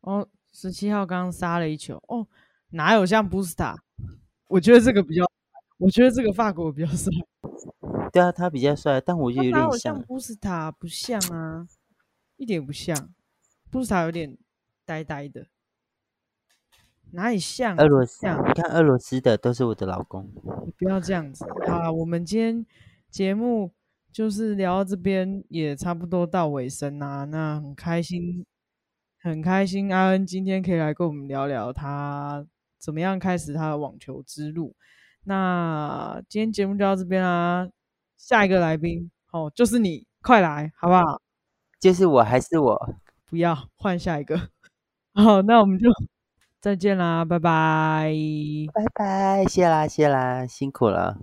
[SPEAKER 1] 哦，十七号刚刚杀了一球，哦，哪有像布斯塔？ 我觉得这个比较，我觉得这个法国比较帅，
[SPEAKER 2] 对啊，他比较帅，但我就 有
[SPEAKER 1] 他哪有
[SPEAKER 2] 点
[SPEAKER 1] 像
[SPEAKER 2] 像。
[SPEAKER 1] 布斯塔？不像啊，一点不像，布斯塔有点呆呆的，哪里像啊？
[SPEAKER 2] 俄罗斯，
[SPEAKER 1] 像
[SPEAKER 2] 你看俄罗斯的都是我的老公。
[SPEAKER 1] 你不要这样子。好啦，我们今天节目就是聊到这边，也差不多到尾声啦、那很开心，很开心，阿恩今天可以来跟我们聊聊他怎么样开始他的网球之路。那今天节目就到这边啦、下一个来宾哦，就是你，快来好不好？
[SPEAKER 2] 就是我还是我，
[SPEAKER 1] 不要换下一个。 好，那我们就再见啦，拜拜。
[SPEAKER 2] 拜拜，谢啦谢啦，辛苦了。